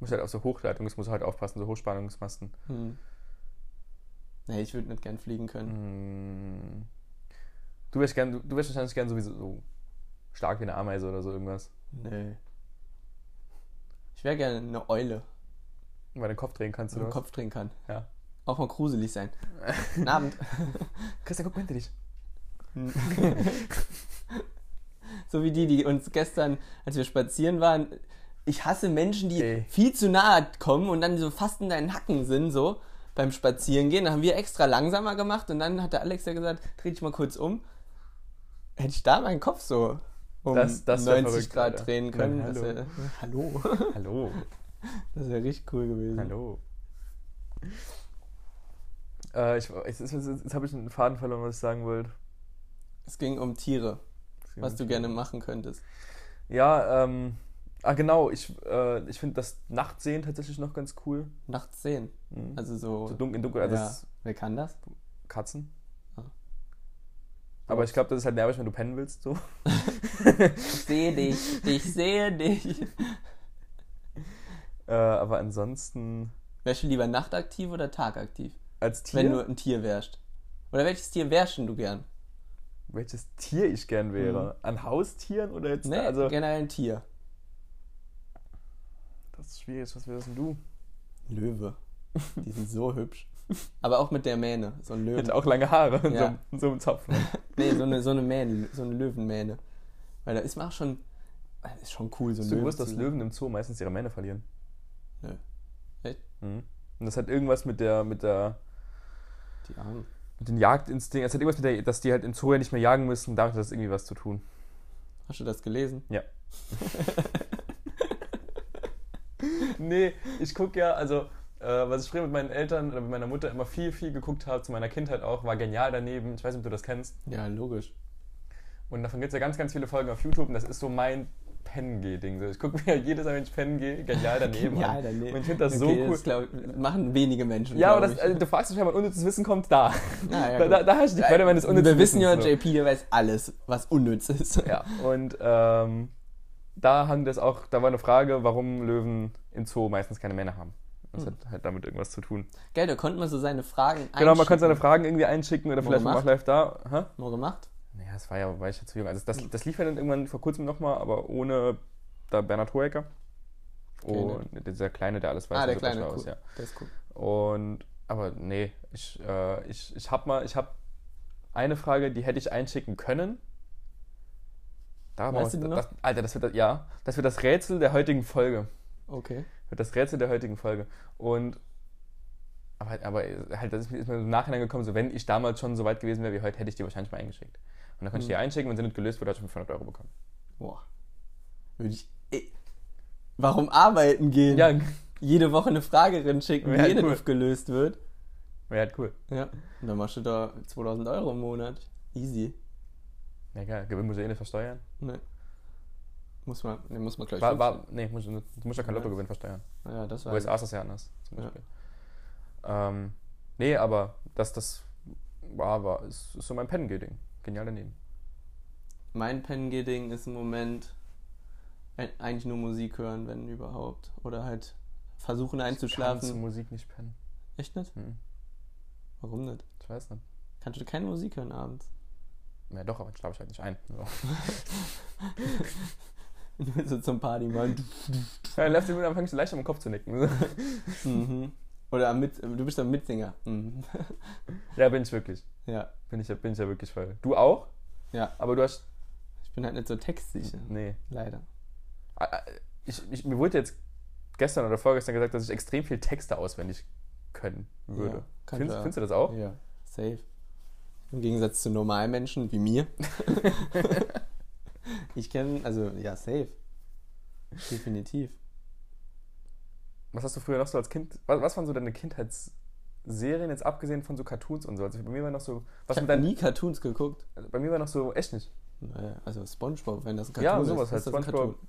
S1: Muss halt auf so Hochleitungs, muss halt aufpassen, so Hochspannungsmasten.
S2: Hm. Nee, ich würde nicht gern fliegen können.
S1: Hm. Du wärst, gern, du, du wärst wahrscheinlich gern sowieso so stark wie eine Ameise oder so irgendwas.
S2: Nee. Ich wäre gerne eine Eule,
S1: Weil den Kopf drehen kannst
S2: die
S1: du
S2: den
S1: was.
S2: Kopf drehen kann.
S1: Ja.
S2: Auch mal gruselig sein. Guten Abend.
S1: Christian, guck mal hinter dich.
S2: Hm. So wie die, die uns gestern, als wir spazieren waren, ich hasse Menschen, die
S1: Ey.
S2: viel zu nahe kommen und dann so fast in deinen Hacken sind, so beim Spazierengehen. Da haben wir extra langsamer gemacht und dann hat der Alex ja gesagt, dreh dich mal kurz um. Hätte ich da meinen Kopf so um
S1: Das- das wär
S2: 90
S1: verrückt,
S2: Grad
S1: Alter.
S2: drehen können.
S1: Nein,
S2: das wär, hallo.
S1: Hallo.
S2: Das wäre richtig cool gewesen.
S1: Hallo. Äh, ich, jetzt jetzt, jetzt, jetzt habe ich einen Faden verloren, was ich sagen wollte.
S2: Es ging um Tiere,
S1: um
S2: was du gerne machen könntest.
S1: Ja, ähm. Ah, genau. Ich, äh, ich finde das Nachtsehen tatsächlich noch ganz cool.
S2: Nachts sehen.
S1: Mhm.
S2: Also so.
S1: so dunkel, dunkel. Also
S2: ja.
S1: das ist
S2: Wer kann das?
S1: Katzen.
S2: Ah.
S1: Aber ich glaube, das ist halt nervig, wenn du pennen willst. So.
S2: Ich sehe dich. Ich sehe dich.
S1: Äh, aber ansonsten.
S2: Wärst du lieber nachtaktiv oder tagaktiv?
S1: Als Tier.
S2: Wenn du ein Tier wärst. Oder welches Tier wärst denn du gern?
S1: welches Tier ich gern wäre. An Haustieren oder jetzt.
S2: Mhm. Nee,
S1: also,
S2: generell ein Tier.
S1: das ist schwierig. Was wärst denn du?
S2: Löwe. Die sind so hübsch. Aber auch mit der Mähne. So ein
S1: Ich
S2: Löwe.
S1: hätte auch lange Haare in,
S2: Ja.
S1: so, einem- in so einem Zopf.
S2: Nee, so eine, so eine Mähne. So eine Löwenmähne. Weil da ist man auch schon. Ist schon cool, so ein
S1: Hast du
S2: Löwe.
S1: gewusst,
S2: zu
S1: dass
S2: sein.
S1: Löwen im Zoo meistens ihre Mähne verlieren?
S2: Nö. Echt?
S1: Mhm. Und das hat irgendwas mit der, mit der,
S2: Die Armen.
S1: mit dem Jagdinstinkt, es hat irgendwas mit der, dass die halt im Zoo ja nicht mehr jagen müssen, damit hat das irgendwie was zu tun.
S2: Hast du das gelesen?
S1: Nee, ich gucke ja, also, äh, was ich früher mit meinen Eltern oder mit meiner Mutter immer viel, viel geguckt habe, zu meiner Kindheit auch, war genial daneben. Ich weiß nicht, ob du das kennst.
S2: Ja, logisch.
S1: Und davon gibt es ja ganz, ganz viele Folgen auf YouTube und das ist so mein Pennen-Geh-Ding. So, Ich gucke mir ja jedes Mal, wenn ich pennen gehe, genial daneben
S2: Ja,
S1: an.
S2: daneben.
S1: Und ich finde das so
S2: Okay,
S1: cool.
S2: Das glaub, machen wenige Menschen.
S1: ja, aber
S2: glaub
S1: das,
S2: ich.
S1: also, du fragst dich, wenn man unnützes Wissen kommt, da.
S2: Ah, ja,
S1: da, da,
S2: gut.
S1: da hast du die Quelle meines unnützen
S2: Wir wissen ja,
S1: Wissens, so.
S2: JP, der weiß alles, was unnütz ist.
S1: Ja, und ähm, da haben das auch, da war eine Frage, warum Löwen im Zoo meistens keine Männer haben. Das
S2: Hm.
S1: hat halt damit irgendwas zu tun.
S2: Geil, da konnte man so seine Fragen
S1: Genau, man
S2: einschicken.
S1: kann seine Fragen irgendwie einschicken oder vielleicht
S2: Warum
S1: auch live da. Hä?
S2: Mal gemacht?
S1: Naja, das war ja, war ich ja zu jung. Also das, das lief ja dann irgendwann vor kurzem nochmal, aber ohne da Bernhard Hoeker. Oh, dieser Kleine, der alles weiß.
S2: ne. ah, der
S1: und super
S2: kleine,
S1: schlau
S2: cool.
S1: ist, ja.
S2: Der ist cool.
S1: Und, aber nee, ich, äh, ich, ich hab mal, ich hab eine Frage, die hätte ich einschicken können. Da haben wir
S2: Weißt du
S1: uns-
S2: die noch?
S1: das, Alter, das wird das, ja, das wird das Rätsel der heutigen Folge.
S2: Okay.
S1: Wird das Rätsel der heutigen Folge. Und, aber, aber halt, das ist mir ist mir im Nachhinein gekommen, so, wenn ich damals schon so weit gewesen wäre wie heute, hätte ich die wahrscheinlich mal eingeschickt. Und dann konnte ich
S2: Mhm.
S1: die einschicken, wenn sie nicht gelöst wurde, habe ich 500 Euro bekommen.
S2: Boah. Würde ich... Eh. Warum arbeiten gehen?
S1: Ja,
S2: Jede Woche eine Frage rinschicken, die
S1: Ja,
S2: jede
S1: cool.
S2: nicht gelöst wird.
S1: wäre halt cool.
S2: Ja. Und dann machst du da 2000 Euro im Monat. Easy.
S1: Ja, geil. Gewinn muss ich eh nicht versteuern.
S2: Ne. Muss man, ne, muss man gleich...
S1: War, war, nee, muss, du musst ja kein Lottogewinn versteuern.
S2: ja, das war...
S1: USA ist das ja anders, zum
S2: Ja.
S1: Beispiel. Ähm, nee, aber das, das war, war ist, ist so mein Pen-Ding. Genial daneben.
S2: Mein Pen-Ding ist im Moment ein- eigentlich nur Musik hören, wenn überhaupt. Oder halt versuchen
S1: Ich kann zu
S2: einzuschlafen.
S1: Musik nicht pennen.
S2: Echt nicht?
S1: Hm,
S2: Warum nicht?
S1: ich weiß nicht.
S2: Kannst du keine Musik hören abends?
S1: Ja doch, aber dann schlafe ich halt nicht ein. So.
S2: Nur so zum Party machen.
S1: dann läuft sie mir dann fängst du leicht am Kopf zu nicken.
S2: mhm. Oder am Mit du bist am Mitsinger. Mhm.
S1: ja, bin ich wirklich.
S2: Ja,
S1: Bin ich, ja- bin ich ja wirklich voll. Du auch?
S2: Ja.
S1: Aber du hast...
S2: ich bin halt nicht so textsicher.
S1: Nee.
S2: Leider.
S1: Ah, ah, Ich, ich, mir wurde jetzt gestern oder vorgestern gesagt, dass ich extrem viel Texte auswendig können würde.
S2: Ja, kann
S1: findest,
S2: sein.
S1: findest du das auch?
S2: Ja, safe. Im Gegensatz zu Normalmenschen wie mir. ich kenne, also ja, safe. Definitiv.
S1: Was hast du früher noch so als Kind? Was, was waren so deine Kindheitsserien, jetzt abgesehen von so Cartoons und so? Also bei mir war noch so. Was
S2: ich
S1: mit
S2: habe
S1: deinen,
S2: nie Cartoons geguckt.
S1: also bei mir war noch so. Echt nicht.
S2: Naja, also Spongebob, wenn das ein
S1: Ja,
S2: Cartoon
S1: sowas
S2: ist.
S1: halt,
S2: ist das ein
S1: SpongeBob.
S2: Cartoon?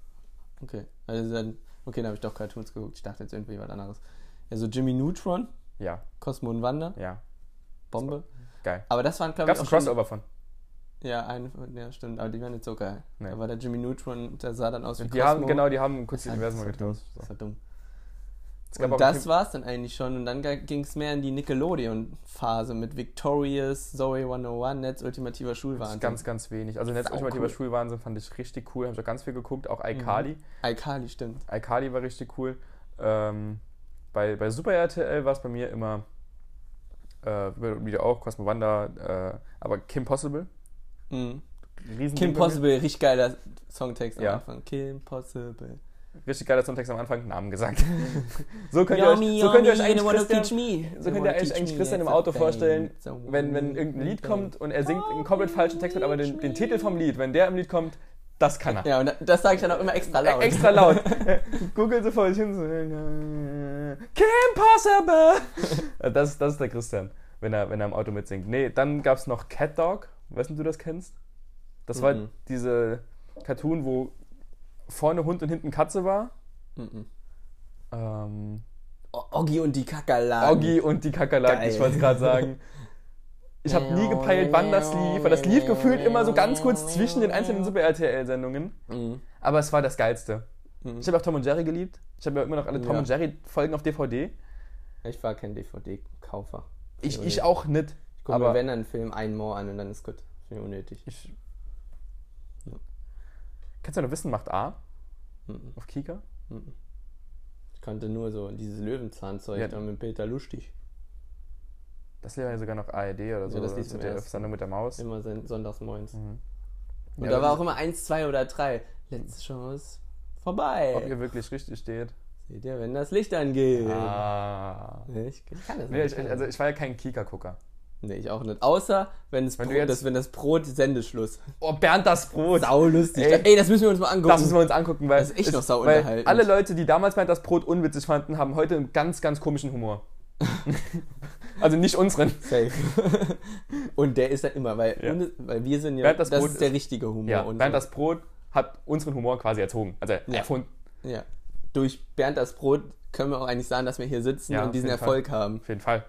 S2: Okay, also dann, okay, dann habe ich doch Cartoons geguckt. Ich dachte jetzt irgendwie was anderes. Also Jimmy Neutron,
S1: Ja,
S2: Cosmo und Wanda,
S1: ja.
S2: Bombe.
S1: Geil.
S2: Aber das waren, glaube
S1: Gab es
S2: ich,
S1: ein
S2: auch schon
S1: Crossover von?
S2: Ja, ein, ja, stimmt, aber die waren nicht so geil.
S1: Nee.
S2: Da war der Jimmy Neutron, der sah dann aus wie
S1: Die haben,
S2: Cosmo.
S1: genau, die haben kurz
S2: Das
S1: die
S2: war-
S1: Universen mal
S2: das war dumm,
S1: getauscht. So.
S2: Das war dumm.
S1: Es gab
S2: Und
S1: aber
S2: das
S1: Kim-
S2: war's dann eigentlich schon. Und dann ging es mehr in die Nickelodeon-Phase mit Victorious, Zoe 101, Netz ultimativer
S1: das ist
S2: Schulwahnsinn.
S1: ganz, ganz wenig. Also Netz
S2: Sau
S1: Ultimativer
S2: cool. Mhm.
S1: Schulwahnsinn fand ich richtig cool. Habe ich auch ganz viel geguckt. Auch iCarly.
S2: Alkali, stimmt.
S1: iCarly war richtig cool. Ähm, bei, bei Super RTL war es bei mir immer äh, wieder wieder auch Cosmo Wanda, äh, aber Kim Possible.
S2: Mhm.
S1: Riesen
S2: Kim
S1: Ding bei mir.
S2: Possible, richtig geiler Songtext am
S1: Ja.
S2: Anfang. Kim Possible.
S1: Richtig geiler Songtext am Anfang, Namen gesagt. so könnt ihr
S2: Yomi,
S1: euch, so könnt ihr euch
S2: yomi, they
S1: eigentlich
S2: wanna
S1: Christian,
S2: teach me.
S1: so
S2: They
S1: könnt ihr
S2: wanna
S1: euch
S2: teach
S1: eigentlich
S2: me
S1: Christian im
S2: as a
S1: Auto vorstellen,
S2: thing.
S1: wenn, wenn irgendein Lied
S2: Thing.
S1: kommt und er singt einen komplett falschen Text und aber den, den Titel vom Lied, wenn der im Lied kommt, das kann er.
S2: Ja, und das sage ich dann auch immer extra laut.
S1: Äh, Extra laut. Google so vor sich hin. So. Kim Possible! Äh, Das, das ist der Christian, wenn er, wenn er im Auto mitsingt. Nee, dann gab es noch Cat Dog. Weißt du, ob du das kennst? Das war
S2: Mhm.
S1: diese Cartoon, wo vorne Hund und hinten Katze war.
S2: Mhm.
S1: Ähm,
S2: O- Oggi und die Kakerlaken.
S1: Oggi und die Kakerlaken,
S2: Ah, Geil.
S1: ich wollte es gerade sagen. Ich habe nie gepeilt, wann das lief, weil das lief gefühlt immer so ganz kurz zwischen den einzelnen Super-RTL-Sendungen.
S2: Mhm.
S1: Aber es war das Geilste.
S2: Mhm.
S1: Ich habe auch Tom und Jerry geliebt. Ich habe ja immer noch alle Tom
S2: Ja.
S1: und Jerry-Folgen auf DVD.
S2: Ich war kein DVD-Kaufer.
S1: Ich,
S2: Ja,
S1: ich
S2: ja.
S1: auch nicht.
S2: Ich gucke mir,
S1: Aber
S2: wenn, dann einen Film einmal an und dann ist gut. Finde ich unnötig.
S1: ich. Kannst du noch wissen, macht A
S2: Mhm.
S1: auf Kika?
S2: Ich kannte nur so dieses Löwenzahnzeug
S1: Ja.
S2: dann mit Peter Lustig.
S1: Das wäre ja sogar noch ARD oder so.
S2: das
S1: oder
S2: lief zum
S1: ZDF,
S2: ersten.
S1: Sendung mit der Maus.
S2: Immer sen- sonntags morgens. Und
S1: Mhm. Ja,
S2: da
S1: aber
S2: war auch immer eins, zwei oder drei. Letzte Chance.
S1: Ob
S2: Vorbei.
S1: ihr wirklich richtig steht.
S2: Seht ihr, wenn das Licht angeht.
S1: Ah.
S2: Ich kann das
S1: Nee,
S2: nicht.
S1: ich, also ich war ja kein Kika-Gucker.
S2: nee, ich auch nicht. Außer, wenn es
S1: Wenn du
S2: Brot,
S1: jetzt-
S2: das, wenn das Brot Sendeschluss.
S1: Oh, Bernd das Brot.
S2: Sau lustig.
S1: Ey.
S2: Ey. das müssen wir uns mal angucken.
S1: Das müssen wir uns angucken, weil
S2: Das ist echt noch sau
S1: weil
S2: unterhaltend.
S1: alle Leute, die damals Bernd das Brot unwitzig fanden, haben heute einen ganz, ganz komischen Humor. also nicht unseren.
S2: Safe. und der ist ja immer, weil,
S1: Ja.
S2: und- weil wir sind ja,
S1: Bernd, das
S2: das,
S1: Brot
S2: ist der richtige Humor.
S1: Ja,
S2: Ne, und
S1: Bernd
S2: so.
S1: das Brot hat unseren Humor quasi erzogen. Also
S2: Ja.
S1: erfunden.
S2: ja. Durch Bernd das Brot können wir auch eigentlich sagen, dass wir hier sitzen
S1: Ja, auf
S2: und diesen
S1: jeden
S2: Erfolg haben.
S1: Auf jeden Fall.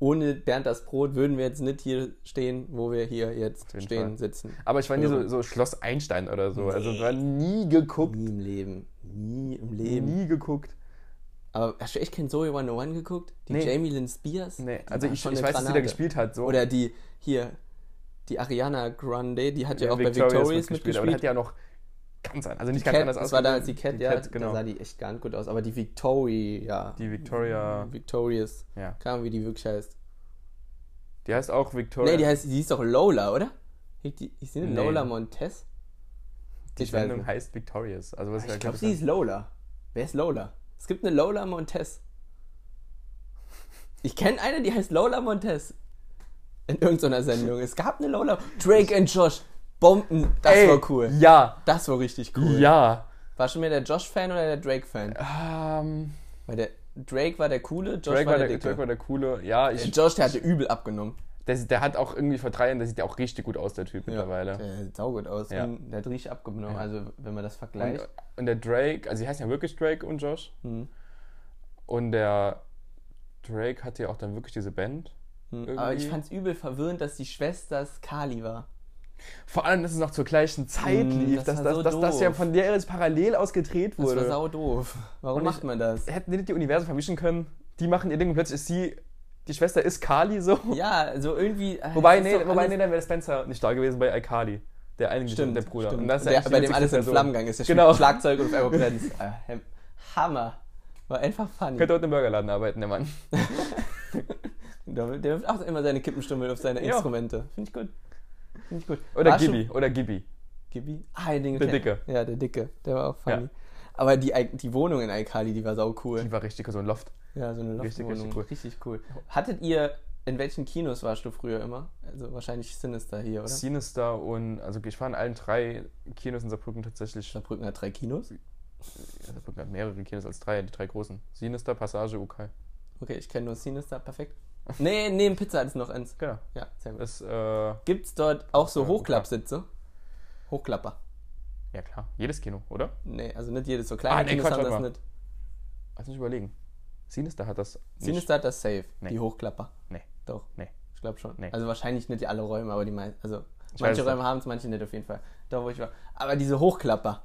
S2: Ohne Bernd das Brot würden wir jetzt nicht hier stehen, wo wir hier jetzt
S1: jeden
S2: stehen,
S1: Fall.
S2: sitzen.
S1: Aber ich war nie
S2: Ja.
S1: so, so Schloss Einstein oder so. Also war nie geguckt.
S2: Nie im Leben. Nie im Leben.
S1: Nie geguckt.
S2: Aber hast du echt kein Zoe 101 geguckt? Die
S1: Nee.
S2: Jamie Lynn Spears?
S1: Nee,
S2: Die
S1: also
S2: war
S1: ich,
S2: schon
S1: ich
S2: eine
S1: weiß, dass die da
S2: Granate.
S1: gespielt hat. So.
S2: Oder die, hier, die Ariana Grande, die hat ja,
S1: Ja,
S2: auch bei Victorious mitgespielt.
S1: Aber die hat ja noch ganz an. Also nicht ganz
S2: Cat,
S1: anders
S2: das war damals die
S1: ausgesehen.
S2: Cat, ja,
S1: genau.
S2: da sah die echt gar nicht gut aus. Aber die Victoria,
S1: die Victoria.
S2: Victorious,
S1: Ja.
S2: keine Ahnung, wie die wirklich heißt.
S1: Die heißt auch Victoria.
S2: Nee, die heißt, die ist doch Lola, oder? Ist die, ist die nicht
S1: Nee.
S2: Lola Montez?
S1: Die
S2: ich weiß
S1: Sendung
S2: nicht. Ah,
S1: heißt Victorious. Also was
S2: Ich
S1: halt
S2: glaube,
S1: glaub,
S2: sie ist Lola. Wer ist Lola? Es gibt eine Lola Montez. Ich kenne eine, die heißt Lola Montez. In irgendeiner Sendung. Es gab eine Lola. Drake und Josh. Bomben. Das
S1: Ey,
S2: war cool.
S1: Ja,
S2: Das war richtig cool.
S1: ja.
S2: War schon mehr der Josh-Fan oder der Drake-Fan?
S1: Ähm,
S2: Weil der Drake war der coole, Josh
S1: Drake,
S2: war
S1: war der,
S2: der, dicke.
S1: Drake war der coole. Ja,
S2: Äh,
S1: ich,
S2: Josh, der hatte übel abgenommen.
S1: der, sieht- der hat auch irgendwie vor drei Jahren, der sieht ja auch richtig gut aus, der Typ mittlerweile.
S2: Der sieht saugut aus.
S1: Ja.
S2: Und der hat richtig abgenommen.
S1: Ja.
S2: Also, wenn man das vergleicht.
S1: Und, und der Drake, also sie heißen ja wirklich Drake und Josh.
S2: Mhm.
S1: Und der Drake hatte ja auch dann wirklich diese Band.
S2: Hm. Aber
S1: irgendwie-
S2: ich fand's übel verwirrend, dass die Schwester Kali war.
S1: Vor allem, dass es noch zur gleichen Zeit
S2: Mm,
S1: lief,
S2: das
S1: dass
S2: war
S1: das,
S2: so
S1: dass das ja
S2: doof.
S1: von der jetzt parallel aus gedreht
S2: Das
S1: wurde.
S2: war sau doof. Warum
S1: Und ich-
S2: macht man das?
S1: Hätten die nicht die Universen vermischen können? Die machen ihr Ding und plötzlich ist sie, die Schwester ist Kali so.
S2: Ja, so irgendwie. äh,
S1: Wobei,
S2: das
S1: nee,
S2: ist doch
S1: wobei
S2: alles-
S1: nee, dann wäre Spencer nicht da gewesen bei Alkali. Der eigentlich
S2: Stimmt,
S1: der Bruder.
S2: Stimmt.
S1: Und das ist ja
S2: der,
S1: eigentlich die
S2: bei dem
S1: witzigste
S2: alles in
S1: Person.
S2: Flammen gegangen ist. Der
S1: Genau.
S2: spielt Schlagzeug und auf einmal brennt's. Äh, Hem- Hammer. War einfach funny.
S1: Könnte heute im Burgerladen arbeiten, der Mann.
S2: Der der wirft auch immer seine Kippenstummel auf seine
S1: Ja.
S2: Instrumente. Finde ich gut. Finde ich gut.
S1: Oder
S2: War schon-
S1: Gibi. Oder Gibi.
S2: Gibi? Ah, den Ding,
S1: Der
S2: okay.
S1: Dicke.
S2: Ja, der Dicke. Der war auch funny.
S1: Ja.
S2: Aber die, Al- die Wohnung in Alkali, die war sau cool.
S1: Die war richtig so ein Loft.
S2: Ja, so eine
S1: Richtig,
S2: Loftwohnung. Richtig,
S1: richtig
S2: cool.
S1: cool.
S2: Hattet ihr, in welchen Kinos warst du früher immer? Also wahrscheinlich Sinister hier, oder?
S1: Sinister und, also ich war in allen drei Kinos in Saarbrücken tatsächlich.
S2: Saarbrücken hat drei Kinos.
S1: Saarbrücken hat mehrere Kinos als drei, die drei großen. Sinister, Passage, UK.
S2: Okay, ich kenne nur Sinister, perfekt. Nee, neben Pizza ist noch eins.
S1: Genau.
S2: Ja, sehr gut.
S1: Das, äh, ja
S2: Gibt's dort auch so
S1: Ja,
S2: Hochklappsitze? Hochklapper.
S1: klar, jedes Kino, oder?
S2: Nee, also nicht jedes. So kleine
S1: Ah, nee,
S2: Kinos
S1: Quatsch,
S2: haben das
S1: warte mal.
S2: nicht.
S1: Lass mich überlegen. Sinister hat das nicht.
S2: Sinister hat das safe.
S1: Nee.
S2: Die Hochklapper.
S1: Nee.
S2: Doch.
S1: Nee.
S2: Ich glaube schon.
S1: Nee.
S2: Also wahrscheinlich nicht die alle Räume, aber die meisten. Also
S1: Ich weiß
S2: Manche
S1: es
S2: Räume haben es, manche nicht auf jeden Fall. Da, wo ich war. Aber diese Hochklapper.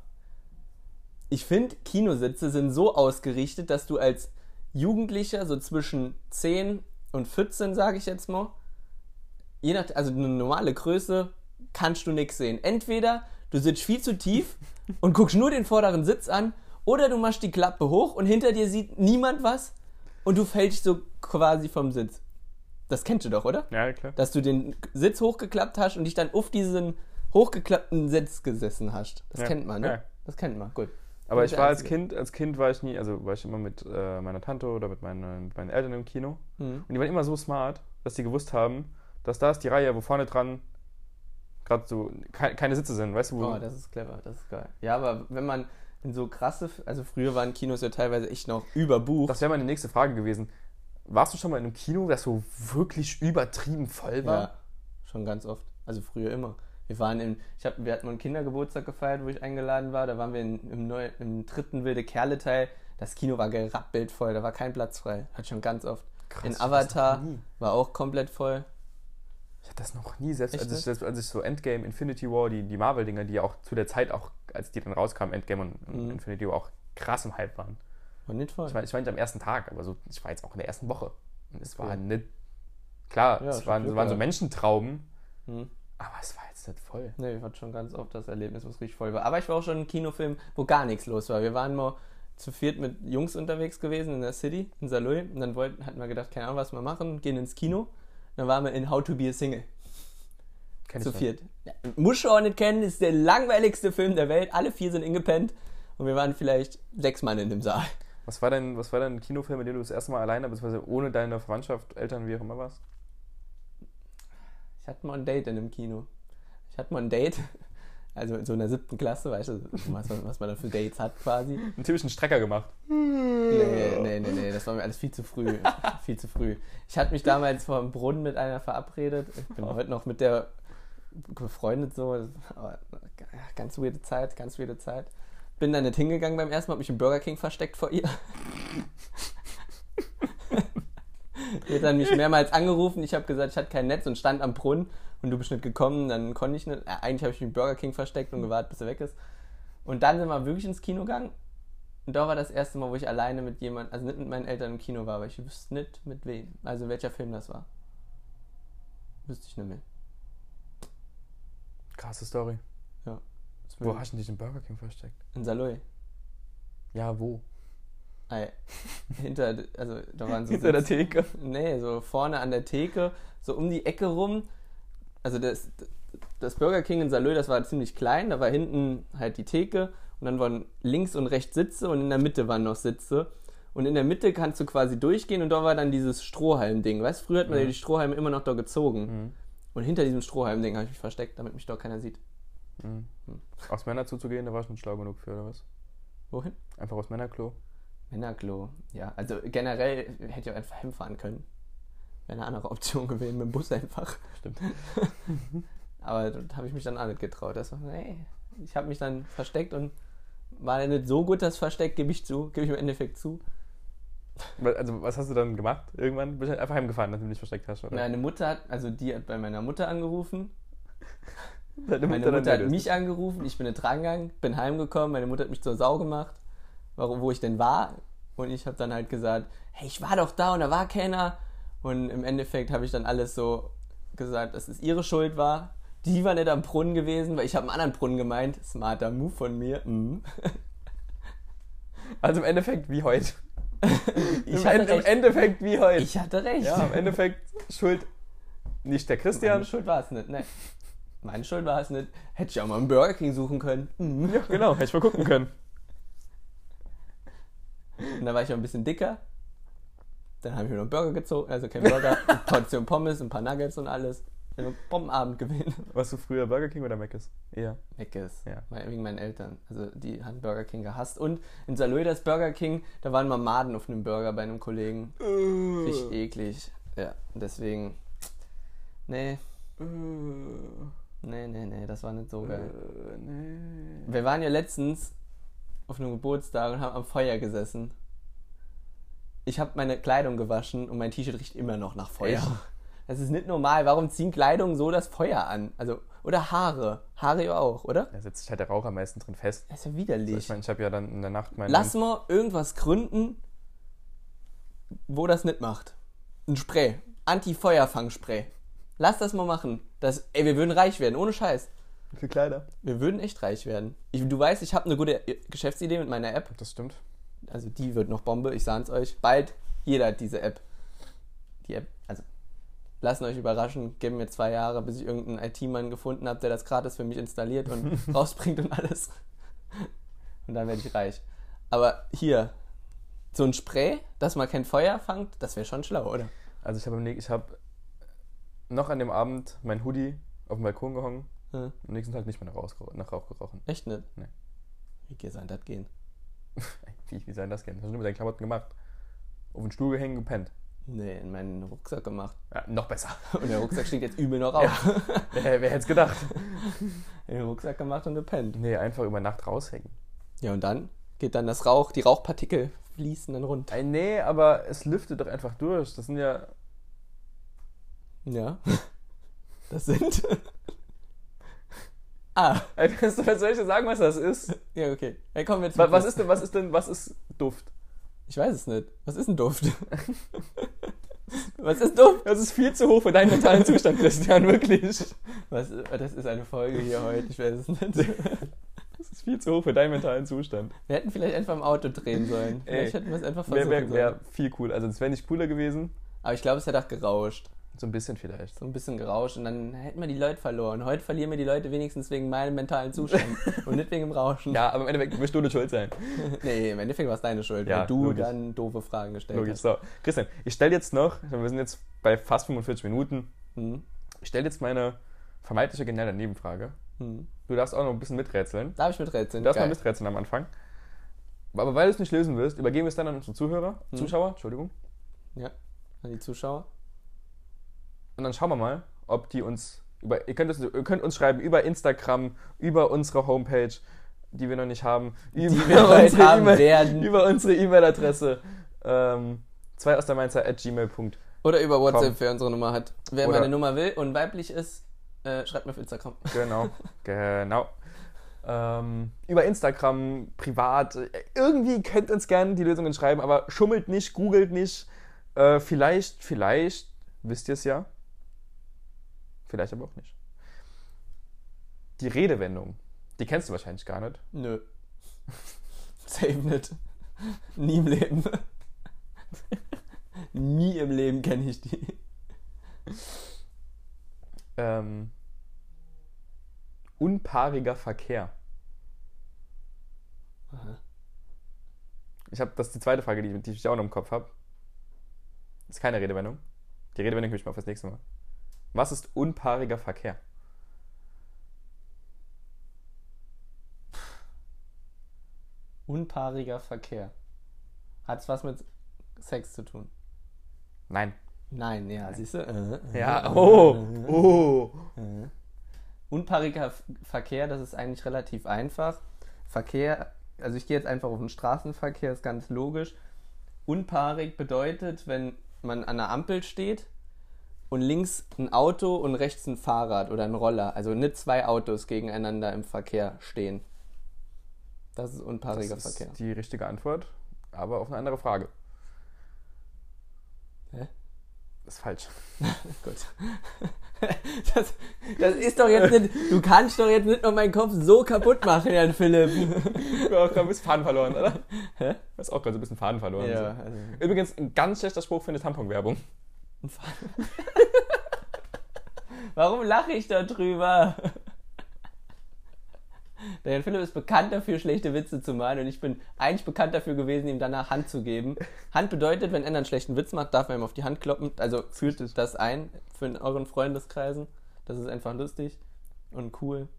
S2: Ich finde, Kinositze sind so ausgerichtet, dass du als Jugendlicher so zwischen 10 und 14, sage ich jetzt mal, je nach, also eine normale Größe, kannst du nichts sehen. Entweder du sitzt viel zu tief und guckst nur den vorderen Sitz an, oder du machst die Klappe hoch und hinter dir sieht niemand was und du fällst so quasi vom Sitz. Das kennst du doch, oder?
S1: Ja, klar.
S2: dass du den Sitz hochgeklappt hast und dich dann auf diesen hochgeklappten Sitz gesessen hast. Das
S1: Ja.
S2: kennt man, ne?
S1: Ja.
S2: Das kennt man, gut.
S1: Aber ich
S2: der
S1: war als
S2: Einzige.
S1: Kind, als Kind war ich nie, also war ich immer mit äh, meiner Tante oder mit meinen, mit meinen Eltern im Kino.
S2: Mhm.
S1: Und die waren immer so smart, dass die gewusst haben, dass da ist die Reihe, wo vorne dran gerade so ke keine Sitze sind, weißt du? Wo
S2: Oh, das ist clever, das ist geil. Ja, aber wenn man in so krasse, also früher waren Kinos ja teilweise echt noch überbucht.
S1: das wäre meine nächste Frage gewesen. Warst du schon mal in einem Kino, das so wirklich übertrieben voll war?
S2: ja, schon ganz oft. Also früher immer. Wir waren in, ich hab, wir hatten mal einen Kindergeburtstag gefeiert, wo ich eingeladen war. Da waren wir in, im, neu, im dritten Wilde Kerle Teil. Das Kino war gerappelt voll, da war kein Platz frei. Hat schon ganz oft.
S1: Krass, ich
S2: in
S1: weiß noch
S2: Avatar
S1: nie.
S2: war auch komplett voll.
S1: Ich hatte das noch nie, selbst
S2: Echt
S1: als, ich,
S2: nicht?
S1: selbst als ich so Endgame, Infinity War, die, die Marvel-Dinger, die ja auch zu der Zeit auch, als die dann rauskamen, Endgame und, und
S2: Mhm.
S1: Infinity War auch krass im Hype waren.
S2: War nicht voll.
S1: Ich meine, ich war nicht am ersten Tag, aber so, ich war jetzt auch in der ersten Woche. Und es war
S2: Cool.
S1: nicht. Klar,
S2: Ja,
S1: es
S2: schon
S1: waren,
S2: Glück
S1: waren so
S2: gehabt.
S1: Menschentrauben,
S2: Mhm.
S1: aber es war jetzt nicht voll.
S2: Ne, ich hatte schon ganz oft das Erlebnis, was richtig voll war. Aber ich war auch schon in einem Kinofilm, wo gar nichts los war. Wir waren mal zu viert mit Jungs unterwegs gewesen in der City, in Saloy. Und dann wollten, hatten wir gedacht, keine Ahnung, was wir machen, gehen ins Kino. Dann waren wir in How to Be a Single.
S1: Kenn
S2: zu
S1: nicht.
S2: viert. Ja, musst du auch nicht kennen, ist der langweiligste Film der Welt. Alle vier sind ingepennt. Und wir waren vielleicht sechs Mann in dem Saal.
S1: Was war denn, was war denn ein Kinofilm, in dem du das erste Mal alleine, beziehungsweise ohne deine Verwandtschaft, Eltern, wie auch immer warst?
S2: Ich hatte mal ein Date in einem Kino. Ich hatte mal ein Date, also in so einer siebten Klasse, weißt du, was man, was man da für Dates hat quasi.
S1: Einen typischen Strecker gemacht.
S2: Nee, nee, nee, nee, das war mir alles viel zu früh. viel zu früh. Ich hatte mich damals vor dem Brunnen mit einer verabredet. Ich bin heute noch mit der befreundet so. Das- Aber ganz weirde Zeit, ganz weirde Zeit. Bin dann nicht hingegangen beim ersten Mal, hab mich im Burger King versteckt vor ihr. Die hat dann mich mehrmals angerufen. Ich habe gesagt, ich hatte kein Netz und stand am Brunnen und du bist nicht gekommen. Dann konnte ich nicht. Äh, Eigentlich habe ich mich im Burger King versteckt und gewartet, bis er weg ist. Und dann sind wir wirklich ins Kino gegangen. Und da war das erste Mal, wo ich alleine mit jemandem, also nicht mit meinen Eltern im Kino war, aber ich wüsste nicht mit wem. Also welcher Film das war. Wüsste ich nicht mehr.
S1: Krasse Story.
S2: Das
S1: Wo
S2: war
S1: hast du dich im Burger King versteckt?
S2: In Saloy.
S1: Ja, wo?
S2: Ei. Hinter, also da waren so
S1: Hinter der
S2: Sitze-
S1: Theke.
S2: Nee, so vorne an der Theke, so um die Ecke rum. Also das, das Burger King in Salö, das war ziemlich klein, da war hinten halt die Theke und dann waren links und rechts Sitze und in der Mitte waren noch Sitze. Und in der Mitte kannst du quasi durchgehen und da war dann dieses Strohhalm-Ding. Weißt du, früher hat man ja die Strohhalme immer noch da gezogen.
S1: Mhm.
S2: Und hinter diesem Strohhalm-Ding habe ich mich versteckt, damit mich da keiner sieht.
S1: Mhm. Aus Männer zuzugehen, da war ich nicht schlau genug für, oder was?
S2: Wohin?
S1: Einfach aus Männerklo.
S2: Männerklo. Ja, also generell hätte ich auch einfach hinfahren können. Wäre eine andere Option gewesen, mit dem Bus einfach.
S1: Stimmt.
S2: Aber da habe ich mich dann auch nicht getraut. Das war, nee. Ich habe mich dann versteckt und war nicht so gut das Versteck, gebe ich zu, gebe ich im Endeffekt zu.
S1: Wa- Also, was hast du dann gemacht? Irgendwann bist du halt einfach heimgefahren, dass du dich versteckt hast, oder?
S2: Meine Mutter hat, also die hat bei meiner Mutter angerufen.
S1: Deine
S2: Meine Mutter hat
S1: dann-
S2: mich angerufen, ich bin nicht drangegangen, bin heimgekommen, meine Mutter hat mich zur Sau gemacht, warum, wo ich denn war. Und ich habe dann halt gesagt, hey, ich war doch da und da war keiner. Und im Endeffekt habe ich dann alles so gesagt, dass es ihre Schuld war. Die war nicht am Brunnen gewesen, weil ich habe einen anderen Brunnen gemeint. Smarter Move von mir. Mhm.
S1: Also im Endeffekt wie heute.
S2: Ich
S1: Im,
S2: hatte
S1: End, Im
S2: recht.
S1: Endeffekt wie heute.
S2: Ich hatte recht.
S1: ja, im Endeffekt schuld nicht der
S2: Meine
S1: Christian.
S2: Schuld war es nicht, ne? Meine Schuld war es nicht. Hätte ich auch mal einen Burger King suchen können. Mhm.
S1: Ja, genau, hätte ich mal gucken können.
S2: Und da war ich auch ein bisschen dicker. Dann habe ich mir noch einen Burger gezogen, also kein Burger, eine Portion Pommes, ein paar Nuggets und alles. Ich habe einen Bombenabend gewählt.
S1: Warst du früher Burger King oder Mc's? Ja.
S2: Weg ist.
S1: Ja.
S2: Weil- Wegen meinen Eltern. Also die haben Burger King gehasst. Und in Salö das Burger King, da waren mal Maden auf einem Burger bei einem Kollegen. Richtig eklig. Ja, deswegen. Nee,
S1: Äh,
S2: nee, nee, nee, das war nicht so geil.
S1: äh, nee.
S2: Wir waren ja letztens auf einem Geburtstag und haben am Feuer gesessen. Ich habe meine Kleidung gewaschen und mein T-Shirt riecht immer noch nach Feuer.
S1: Echt?
S2: Das ist nicht normal. Warum ziehen Kleidung so das Feuer an? Also Oder Haare. Haare ja auch, oder?
S1: Da sitzt halt der Rauch am meisten drin fest.
S2: Das ist ja
S1: So,
S2: widerlich.
S1: ich meine, ich habe ja dann in der Nacht meinen.
S2: Lass mal irgendwas gründen, wo das nicht macht. Ein Spray. Anti-Feuerfang-Spray. Lass das mal machen. Das, ey, wir würden reich werden, ohne Scheiß.
S1: für Kleider.
S2: Wir würden echt reich werden. Ich, du weißt, ich habe eine gute Geschäftsidee mit meiner App.
S1: Das stimmt.
S2: Also die wird noch Bombe, ich sah's euch. Bald, jeder hat diese App. Die App, also lassen euch überraschen, geben mir zwei Jahre, bis ich irgendeinen IT-Mann gefunden habe, der das gratis für mich installiert und rausbringt und alles. Und dann werde ich reich. Aber hier, so ein Spray, dass man kein Feuer fangt, das wäre schon schlau, oder?
S1: Also ich habe am nä- ich habe noch an dem Abend mein Hoodie auf dem Balkon gehangen.
S2: Hm,
S1: Am nächsten Tag nicht mehr nach, Raus, nach Rauch gerochen.
S2: echt nicht?
S1: Nee.
S2: Wie geht sein das gehen?
S1: Wie, wie soll denn das gehen? Was hast du mit deinen Klamotten gemacht? Auf den Stuhl gehängt, gepennt.
S2: Nee, in meinen Rucksack gemacht.
S1: Ja, noch besser.
S2: Und der Rucksack stinkt jetzt übel noch auf.
S1: Wer, wer hätte es gedacht?
S2: In den Rucksack gemacht und gepennt.
S1: Nee, einfach über Nacht raushängen.
S2: Ja, und dann geht dann das Rauch, die Rauchpartikel fließen dann runter.
S1: Ey, Äh, nee, aber es lüftet doch einfach durch. Das sind ja.
S2: Ja. Das sind. ah,
S1: Ey, was was soll ich dir sagen, was das ist?
S2: ja, okay. Hey, kommen wir jetzt
S1: Wa- Was ist denn, was ist denn, was ist Duft?
S2: Ich weiß es nicht. Was ist ein Duft? Was ist Duft?
S1: Das ist viel zu hoch für deinen mentalen Zustand, Christian, wirklich.
S2: Was, das ist eine Folge hier heute, ich weiß es nicht.
S1: Das ist viel zu hoch für deinen mentalen Zustand.
S2: Wir hätten vielleicht einfach im Auto drehen sollen.
S1: Ey,
S2: Vielleicht hätten wir es einfach
S1: Wäre
S2: versuchen
S1: wär,
S2: sollen.
S1: wär viel cool. Also, das wäre nicht cooler gewesen.
S2: Aber ich glaube, es hat auch gerauscht.
S1: So ein bisschen vielleicht.
S2: So ein bisschen gerauscht und dann hätten wir die Leute verloren. Heute verlieren wir die Leute wenigstens wegen meinem mentalen Zustand und nicht wegen dem Rauschen.
S1: Ja, aber im Endeffekt wirst du nicht schuld sein.
S2: Nee, im Endeffekt war es deine Schuld,
S1: Ja,
S2: weil du
S1: logisch.
S2: dann doofe Fragen gestellt
S1: Logisch. So, Christian, ich stelle jetzt noch, wir sind jetzt bei fast 45 Minuten,
S2: hast. Hm,
S1: ich stelle jetzt meine vermeintliche geniale Nebenfrage.
S2: hm.
S1: Du darfst auch noch ein bisschen miträtseln.
S2: Darf ich mit rätseln?
S1: Du darfst mal
S2: Geil.
S1: miträtseln am Anfang. Aber weil du es nicht lösen wirst, übergeben wir es dann an unsere Zuhörer,
S2: Hm.
S1: Zuschauer, Entschuldigung.
S2: Ja, an die Zuschauer.
S1: Und dann schauen wir mal, ob die uns über. Ihr könnt, es, ihr könnt uns schreiben über Instagram, über unsere Homepage, die wir noch nicht haben, über,
S2: Die wir heute
S1: unsere
S2: haben
S1: E-Mail-
S2: werden.
S1: über unsere E-Mail-Adresse. Ähm, zwei aus der Mainzer at gmail.com.
S2: Oder über WhatsApp, wer unsere Nummer hat. Wer
S1: Oder-
S2: meine Nummer will und weiblich ist, äh, schreibt mir auf Instagram.
S1: Genau, genau. Ähm, über Instagram, privat. äh, Irgendwie könnt uns gerne die Lösungen schreiben, aber schummelt nicht, googelt nicht. Äh, vielleicht, vielleicht wisst ihr es ja. Vielleicht aber auch nicht. Die Redewendung, die kennst du wahrscheinlich gar nicht.
S2: Nö. Save nicht. Nie im Leben. Nie im Leben kenne ich die.
S1: Ähm, unpaariger Verkehr. Ich habe das ist die zweite Frage, die, die ich auch noch im Kopf habe. Ist keine Redewendung. Die Redewendung gebe ich mal fürs nächste Mal. Was ist unpaariger Verkehr?
S2: Unpaariger Verkehr. Hat's was mit Sex zu tun?
S1: Nein.
S2: Nein, ja, siehst du? Äh,
S1: Ja, oh, oh.
S2: Unpaariger F- Verkehr, das ist eigentlich relativ einfach. Verkehr, also ich gehe jetzt einfach auf den Straßenverkehr, ist ganz logisch. Unpaarig bedeutet, wenn man an einer Ampel steht und links ein Auto und rechts ein Fahrrad oder ein Roller, also nicht zwei Autos gegeneinander im Verkehr stehen. Das ist
S1: Das
S2: unpaariger
S1: ist
S2: Verkehr.
S1: die richtige Antwort, aber auf eine andere Frage.
S2: Hä?
S1: Das ist falsch.
S2: Gut. Das, das ist doch jetzt nicht, du kannst doch jetzt nicht noch meinen Kopf so kaputt machen, Jan Philipp.
S1: Du hast gerade ein bisschen Faden verloren, oder?
S2: Hä?
S1: Du hast auch gerade so ein bisschen Faden verloren.
S2: Ja, also.
S1: Übrigens, ein ganz schlechter Spruch für eine Tamponwerbung.
S2: Warum lache ich da drüber? Der Jan Philipp ist bekannt dafür, schlechte Witze zu machen und ich bin eigentlich bekannt dafür gewesen, ihm danach Hand zu geben. Hand bedeutet, wenn einer einen schlechten Witz macht, darf man ihm auf die Hand kloppen. Also führt das ein für in euren Freundeskreisen. Das ist einfach lustig und cool.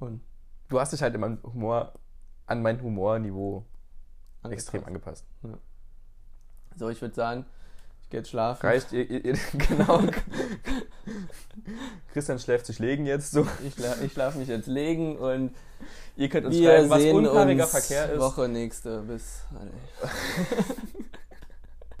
S2: Und
S1: Du hast dich halt in meinem Humor, an mein Humorniveau extrem
S2: angepasst.
S1: angepasst.
S2: So, ich würde sagen, ich gehe jetzt schlafen.
S1: Reicht, ihr, ihr, ihr genau. Christian schläft sich legen jetzt so.
S2: Ich, schla- ich schlafe mich jetzt legen und
S1: Ihr könnt
S2: wir
S1: was
S2: sehen
S1: unpaariger
S2: uns
S1: Verkehr ist.
S2: Woche nächste. Bis.